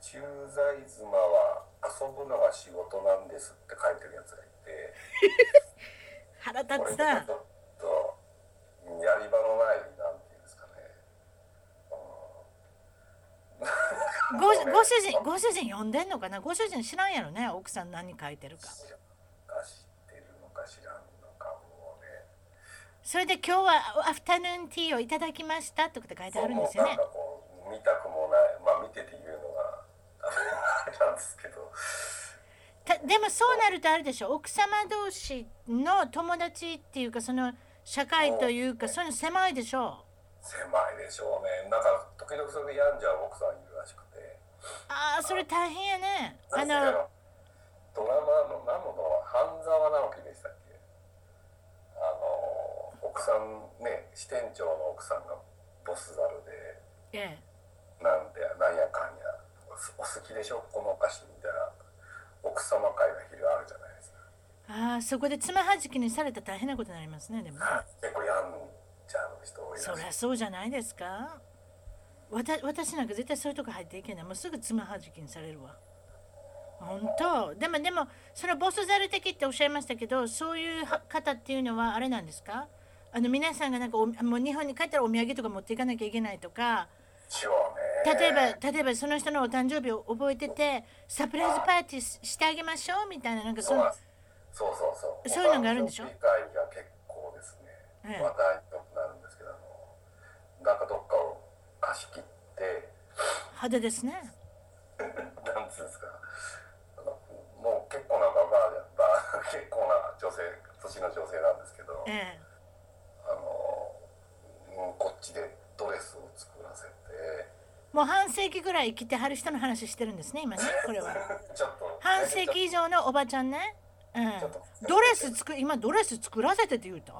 [SPEAKER 2] 駐在妻は遊ぶのが仕事なんですって書いてるやつがいて。
[SPEAKER 1] 腹立
[SPEAKER 2] これ
[SPEAKER 1] つ
[SPEAKER 2] ちょ
[SPEAKER 1] な
[SPEAKER 2] っとやり場のないなんていうんですかね、
[SPEAKER 1] ごご主人ご主人呼んでんのかなご主人知らんやろね奥さん何書いてるか
[SPEAKER 2] 知らんか知ってるのか知らんのかもうね
[SPEAKER 1] それで今日はアフタヌーンティーをいただきましたとかって書いてあるんですよ
[SPEAKER 2] もう
[SPEAKER 1] ね
[SPEAKER 2] なんかこう見たくもないまあ見てて言うのがあれなんですけど
[SPEAKER 1] たでもそうなるとあるでしょ奥様同士の友達っていうかその社会というかそういうの狭いでしょ
[SPEAKER 2] 狭いでしょうねなんか時々それで病んじゃう奥さんいるらしくて
[SPEAKER 1] ああそれ大変やねあ
[SPEAKER 2] なんですけ
[SPEAKER 1] の
[SPEAKER 2] どドラマの何のドラマ半沢直樹でしたっけあの奥さんね支店長の奥さんがボスザルで
[SPEAKER 1] ええ
[SPEAKER 2] なんでなんやかんやお好きでしょこのお菓子みたいな奥様会が昼あるじゃないですか
[SPEAKER 1] ああそこでつまはじきにされたら大変なことになりますねでも
[SPEAKER 2] 結構病んじゃう人多いらしい
[SPEAKER 1] そりゃそうじゃないですかわた私なんか絶対そういうとこ入っていけないもうすぐつまはじきにされるわ本当でもでもそのボスザル的っておっしゃいましたけどそういうは方っていうのはあれなんですかあの皆さんがなんかおもう日本に帰ったらお土産とか持っていかなきゃいけないとか
[SPEAKER 2] 一応ね
[SPEAKER 1] 例えば例えばその人のお誕生日を覚えててサプライズパーティーししてあげましょうみたいななんかそ
[SPEAKER 2] そう
[SPEAKER 1] の
[SPEAKER 2] なんですそうそうそう
[SPEAKER 1] そういうのがあるんでしょ
[SPEAKER 2] お誕生日会が結構ですね
[SPEAKER 1] ええ
[SPEAKER 2] 話題になるんですけどあのなんかどっかを貸し切って
[SPEAKER 1] 派手ですね
[SPEAKER 2] なんつうんですかあのもう結構なババアでバア結構な女性年の女性なんですけどあ
[SPEAKER 1] ええ
[SPEAKER 2] の、うん、こっちでドレスを作らせて
[SPEAKER 1] もう半世紀ぐらい生きてはる人の話してるんですね今ねこれは。
[SPEAKER 2] ちょっと
[SPEAKER 1] 半世紀以上のおばちゃんね、
[SPEAKER 2] ちょっと
[SPEAKER 1] うん、ドレス作今ドレス作らせてって言うた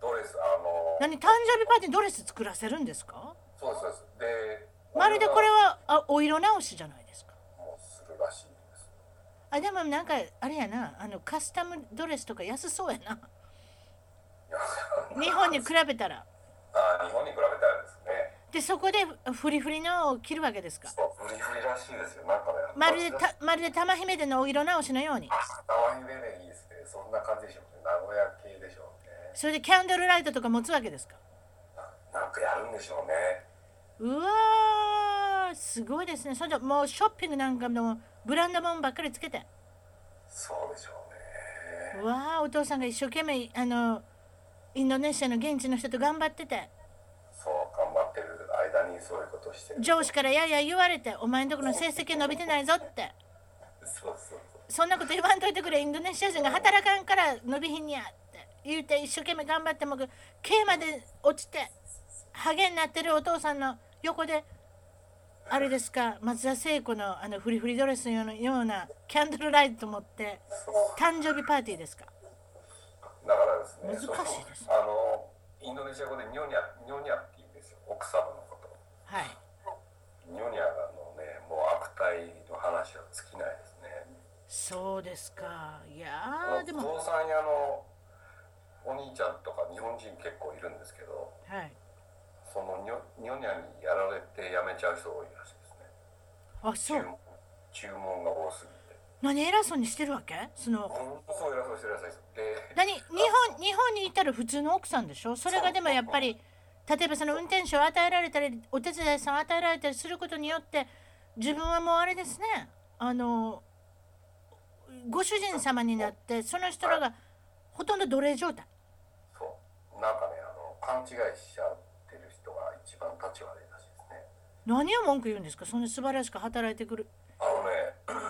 [SPEAKER 2] ドレスあの
[SPEAKER 1] 何誕生日パーティーにドレス作らせるんですか
[SPEAKER 2] そうですそうですで
[SPEAKER 1] まるでこれ
[SPEAKER 2] は
[SPEAKER 1] はあお色直しじゃないですか
[SPEAKER 2] もうするらしいんです
[SPEAKER 1] あでもなんかあれやなあのカスタムドレスとか安そうやない
[SPEAKER 2] や
[SPEAKER 1] 日本に比べたら
[SPEAKER 2] あ日本に比べたらですね
[SPEAKER 1] でそこでフリフリのを着るわけですか
[SPEAKER 2] そうフリフリらしいですよなんかね
[SPEAKER 1] まるでたまるで玉姫でのお色直しのように
[SPEAKER 2] あ、玉ひででいいですね。そんな感じでしょうね。名古屋系でしょうね。
[SPEAKER 1] それでキャンドルライトとか持つわけですか
[SPEAKER 2] ななんかやるんでしょうね。
[SPEAKER 1] うわーすごいですねそれじゃもうショッピングなんかのブランドもんばっかりつけて
[SPEAKER 2] そうでしょうね。
[SPEAKER 1] うわーお父さんが一生懸命あのインドネシアの現地の人と頑張ってて
[SPEAKER 2] そう、頑張ってる間にそういうことしてる。
[SPEAKER 1] 上司からやや言われてお前んとこの成績伸びてないぞって
[SPEAKER 2] そうそうそう。
[SPEAKER 1] そんなこと言わんといてくれインドネシア人が働かんから伸びひんにやって言うて一生懸命頑張っても K まで落ちてハゲになってるお父さんの横であれですか松田聖子のあのフリフリドレスのようなようなキャンドルライト持って誕生日パーティーですか
[SPEAKER 2] だからですね。
[SPEAKER 1] 難しいです
[SPEAKER 2] そのあの、インドネシア語でニョニャ、ニョニャって言うんですよ。奥様のこと。
[SPEAKER 1] はい
[SPEAKER 2] ニョニャのね、もう悪態の話は尽きないですね。
[SPEAKER 1] そうですかいや
[SPEAKER 2] お
[SPEAKER 1] ーでも
[SPEAKER 2] 父さん屋のお兄ちゃんとか日本人結構いるんですけど、
[SPEAKER 1] はい
[SPEAKER 2] そのニョニョニャにやられて辞めちゃう人多いらしいですね。
[SPEAKER 1] あそう
[SPEAKER 2] 注文注文が多すぎて。
[SPEAKER 1] 何偉そうにしてるわけその
[SPEAKER 2] 本当そう偉そうにしてるらしいです。で、
[SPEAKER 1] 何日本日本にいたら普通の奥さんでしょそれがでもやっぱり例えばその運転手を与えられたりお手伝いさんを与えられたりすることによって自分はもうあれですねあのご主人様になってその人らがほとんど奴隷状態
[SPEAKER 2] そう。なんかね、あの勘違いしちゃってる人が一番立ち悪いらしいですね。
[SPEAKER 1] 何を文句言うんですかそんな素晴らしく働いてくる
[SPEAKER 2] あのね、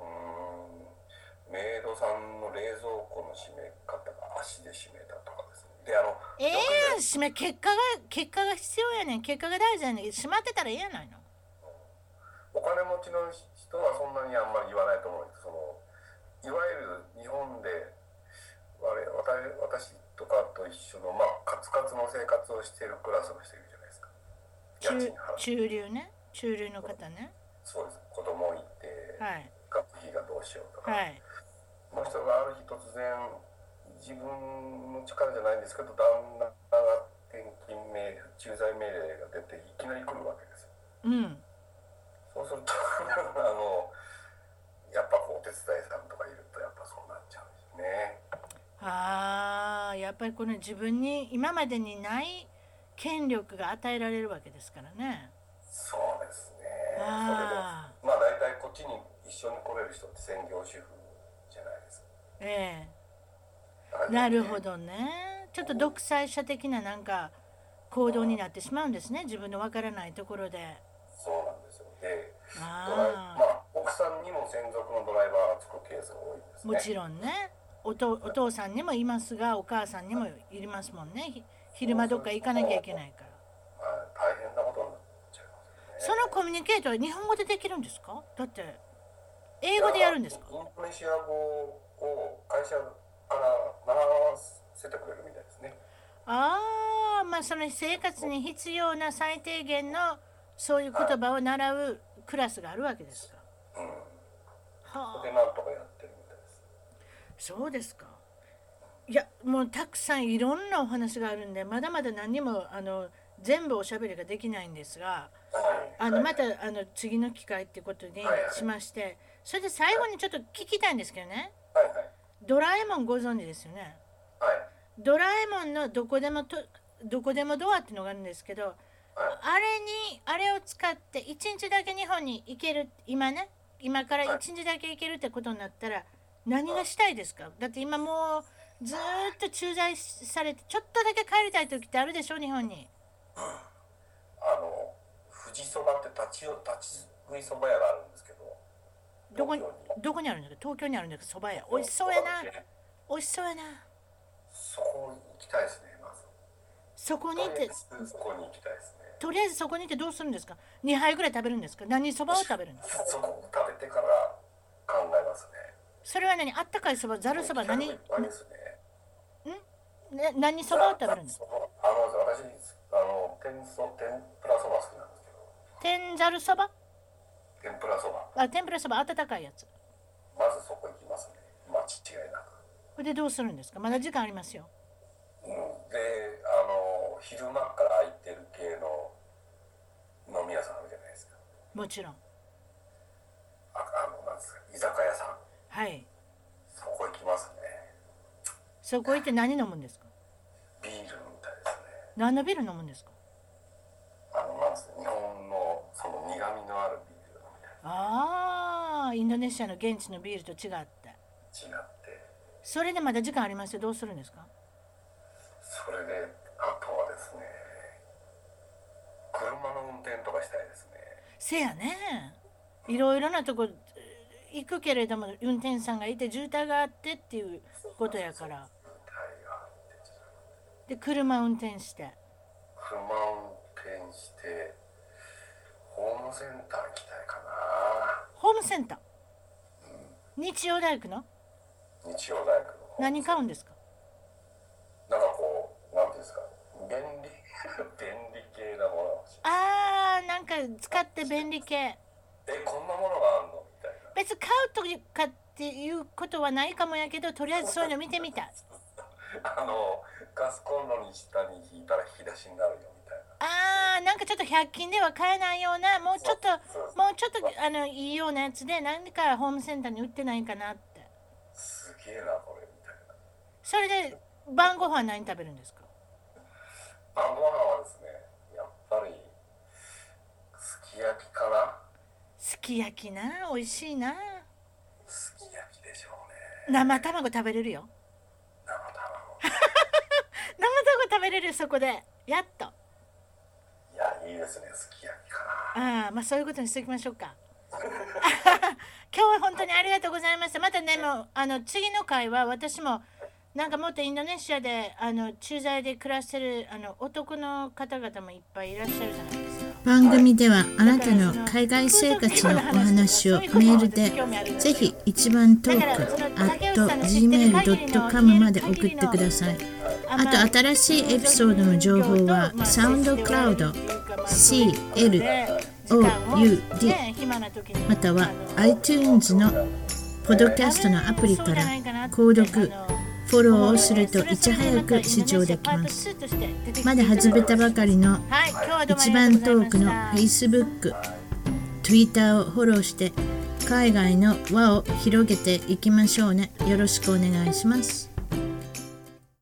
[SPEAKER 2] うーん、メイドさんの冷蔵庫の閉め方が足で閉めたとかですね。で、あの、
[SPEAKER 1] ええやん締め結果が結果が必要やねん結果が大事やねん閉まってたらええやないの
[SPEAKER 2] お金持ちの人はそんなにあんまり言わないと思うんですそのいわゆる日本で我々私私とかと一緒の、まあ、カツカツの生活をしているクラスの人いるじゃないです
[SPEAKER 1] 中
[SPEAKER 2] か家賃
[SPEAKER 1] 中流
[SPEAKER 2] 払う
[SPEAKER 1] ね中流の方ね
[SPEAKER 2] そうです子供いて、
[SPEAKER 1] はい
[SPEAKER 2] 学費がどうしようとか、
[SPEAKER 1] はい
[SPEAKER 2] その人がある日突然自分の力じゃないんですけど旦那が転勤命令駐在命令が出ていきなり来るわけですよ
[SPEAKER 1] うん
[SPEAKER 2] そうすると あのやっぱこうお手伝いさんとかいるとやっぱそうなっちゃうんですね。
[SPEAKER 1] ああやっぱりこの自分に今までにない権力が与えられるわけですからね。
[SPEAKER 2] そうですね。それで
[SPEAKER 1] あ
[SPEAKER 2] まあ大体こっちに一緒に来れる人って専業主婦じゃないですか。
[SPEAKER 1] あええなるほ。どねちょっと独裁者的ななんか行動になってしまうんですね自分のわからないところで。
[SPEAKER 2] そうなんですよ。で、ドライま
[SPEAKER 1] あ
[SPEAKER 2] あ奥さんにも専属のドライバーがつくケースが多いです
[SPEAKER 1] あ
[SPEAKER 2] ね。
[SPEAKER 1] もちろんねおとお父さんにもいますがお母さんにもいりますもんねひ昼間どっか行かなきゃいけないから。
[SPEAKER 2] はい大変なことになっちゃいます
[SPEAKER 1] そ
[SPEAKER 2] よね。
[SPEAKER 1] のコミュニケートは日本語でできるんですかだって英語でやるんですか
[SPEAKER 2] インドネシア語を会社から習わせてくれるみたいですね。
[SPEAKER 1] ああまあその生活に必要な最低限のそういう言葉を習うクラスがあるわけですか。はあ
[SPEAKER 2] でなんとかやってるみたいです。
[SPEAKER 1] そうですか。いやもうたくさんいろんなお話があるんでまだまだ何もあの全部おしゃべりができないんですが
[SPEAKER 2] はい
[SPEAKER 1] あのまたあの次の機会ってことにしましてそれで最後にちょっと聞きたいんですけどね
[SPEAKER 2] はいはい
[SPEAKER 1] ドラえもんご存知ですよね
[SPEAKER 2] はい
[SPEAKER 1] ドラえもんのどこでもとどこでもドアっていうのがあるんですけど
[SPEAKER 2] はい
[SPEAKER 1] あれにあれを使って一日だけ日本に行ける今ね今から一日だけ行けるってことになったら何がしたいですかだって今もうずーっと駐在されてちょっとだけ帰りたい時ってあるでしょ日本に
[SPEAKER 2] あの富士そばって立ちよ立ち食いそば屋があるんですけど
[SPEAKER 1] どこに
[SPEAKER 2] 東京
[SPEAKER 1] どこにあるんだっけ東京にあるんだけどそば屋美味しそうやな美味しそうやな
[SPEAKER 2] そこ行きたいですねまず
[SPEAKER 1] そこに行って
[SPEAKER 2] そこに行きたいですね
[SPEAKER 1] とりあえずそこに行ってどうするんですか2杯ぐらい食べるんですか何そばを食べるんですか
[SPEAKER 2] そこを食べてから考えますね
[SPEAKER 1] それは何あったかいそばざるそば何
[SPEAKER 2] いっぱいですね
[SPEAKER 1] な何そばを食べるんですか
[SPEAKER 2] そばあの私あの天そ天ぷらそば好きなんですけど
[SPEAKER 1] 天ざるそば
[SPEAKER 2] 天ぷらそば
[SPEAKER 1] あ天ぷらそば温かいやつ
[SPEAKER 2] まずそこ行きますね間違いなく
[SPEAKER 1] これでどうするんですかまだ時間ありますよ
[SPEAKER 2] うんであの昼間から空いてる系の飲み屋さんあるじゃないですか
[SPEAKER 1] もちろん
[SPEAKER 2] あですか居酒屋さん
[SPEAKER 1] はい
[SPEAKER 2] そこ行きますね
[SPEAKER 1] そこ行って何飲むんですか
[SPEAKER 2] ビールみたいですね
[SPEAKER 1] 何のビール飲むんですか
[SPEAKER 2] あのなんですか日本のその苦みのあるビールみたい
[SPEAKER 1] ああインドネシアの現地のビールと違って
[SPEAKER 2] な違って
[SPEAKER 1] それでまだ時間ありますよどうするんですか
[SPEAKER 2] それであとはですね車の運転とかしたいですね
[SPEAKER 1] せやねいろいろなとこ行くけれども運転手さんがいて渋滞があってっていうことやから
[SPEAKER 2] はいがあって
[SPEAKER 1] で車運転して
[SPEAKER 2] 車を運転してホームセンター行きたいかな
[SPEAKER 1] ホームセンター日曜大工の
[SPEAKER 2] 日曜大工の
[SPEAKER 1] 何買うんですか
[SPEAKER 2] なんかこうなんていうんですか便利 便利系なもの
[SPEAKER 1] あーなんか使って便利系
[SPEAKER 2] えこんなものがあるのみたいな
[SPEAKER 1] 別に買うというかっていうことはないかもやけどとりあえずそういうの見てみたい
[SPEAKER 2] あのガスコンロに下に引いたら引き出しになるよみたいな
[SPEAKER 1] あーなんかちょっと100均では買えないようなもうちょっと
[SPEAKER 2] そう
[SPEAKER 1] もうちょっとあのいいようなやつで何かホームセンターに売ってないかなって
[SPEAKER 2] すげえなこれみたいな
[SPEAKER 1] それで晩ご飯何食べるんですか
[SPEAKER 2] 晩ご飯はですねやっぱりすき焼きかな
[SPEAKER 1] すき焼きな美味しいな
[SPEAKER 2] すき焼きでしょうね
[SPEAKER 1] 生卵食べれるよ
[SPEAKER 2] 生卵
[SPEAKER 1] 生卵食べれるよそこでやっと
[SPEAKER 2] いやいいですねすき焼きかな
[SPEAKER 1] ああまあそういうことにしておきましょうか 今日は本当にありがとうございましたまたねもうあの次の回は私もなんかもっとインドネシアであの駐在で暮らしてるあの男の方々もいっぱいいらっしゃるじゃないですか
[SPEAKER 3] 番組ではあなたの海外生活のお話をメールでぜひ一番トーク at gmail.com まで送ってくださいあと新しいエピソードの情報はサウンドクラウド CLOUD または iTunes のポッドキャストのアプリから購読フォローをするといち早く視聴できますまだ外れたばかりの
[SPEAKER 1] はい、今日はどうもありが
[SPEAKER 3] 一
[SPEAKER 1] と
[SPEAKER 3] 番
[SPEAKER 1] う
[SPEAKER 3] ト
[SPEAKER 1] ござい
[SPEAKER 3] ー
[SPEAKER 1] ま
[SPEAKER 3] ク
[SPEAKER 1] し
[SPEAKER 3] の
[SPEAKER 1] た
[SPEAKER 3] Facebook、Twitter をフォローして海外の輪を広げていきましょうね。よろしくお願いします。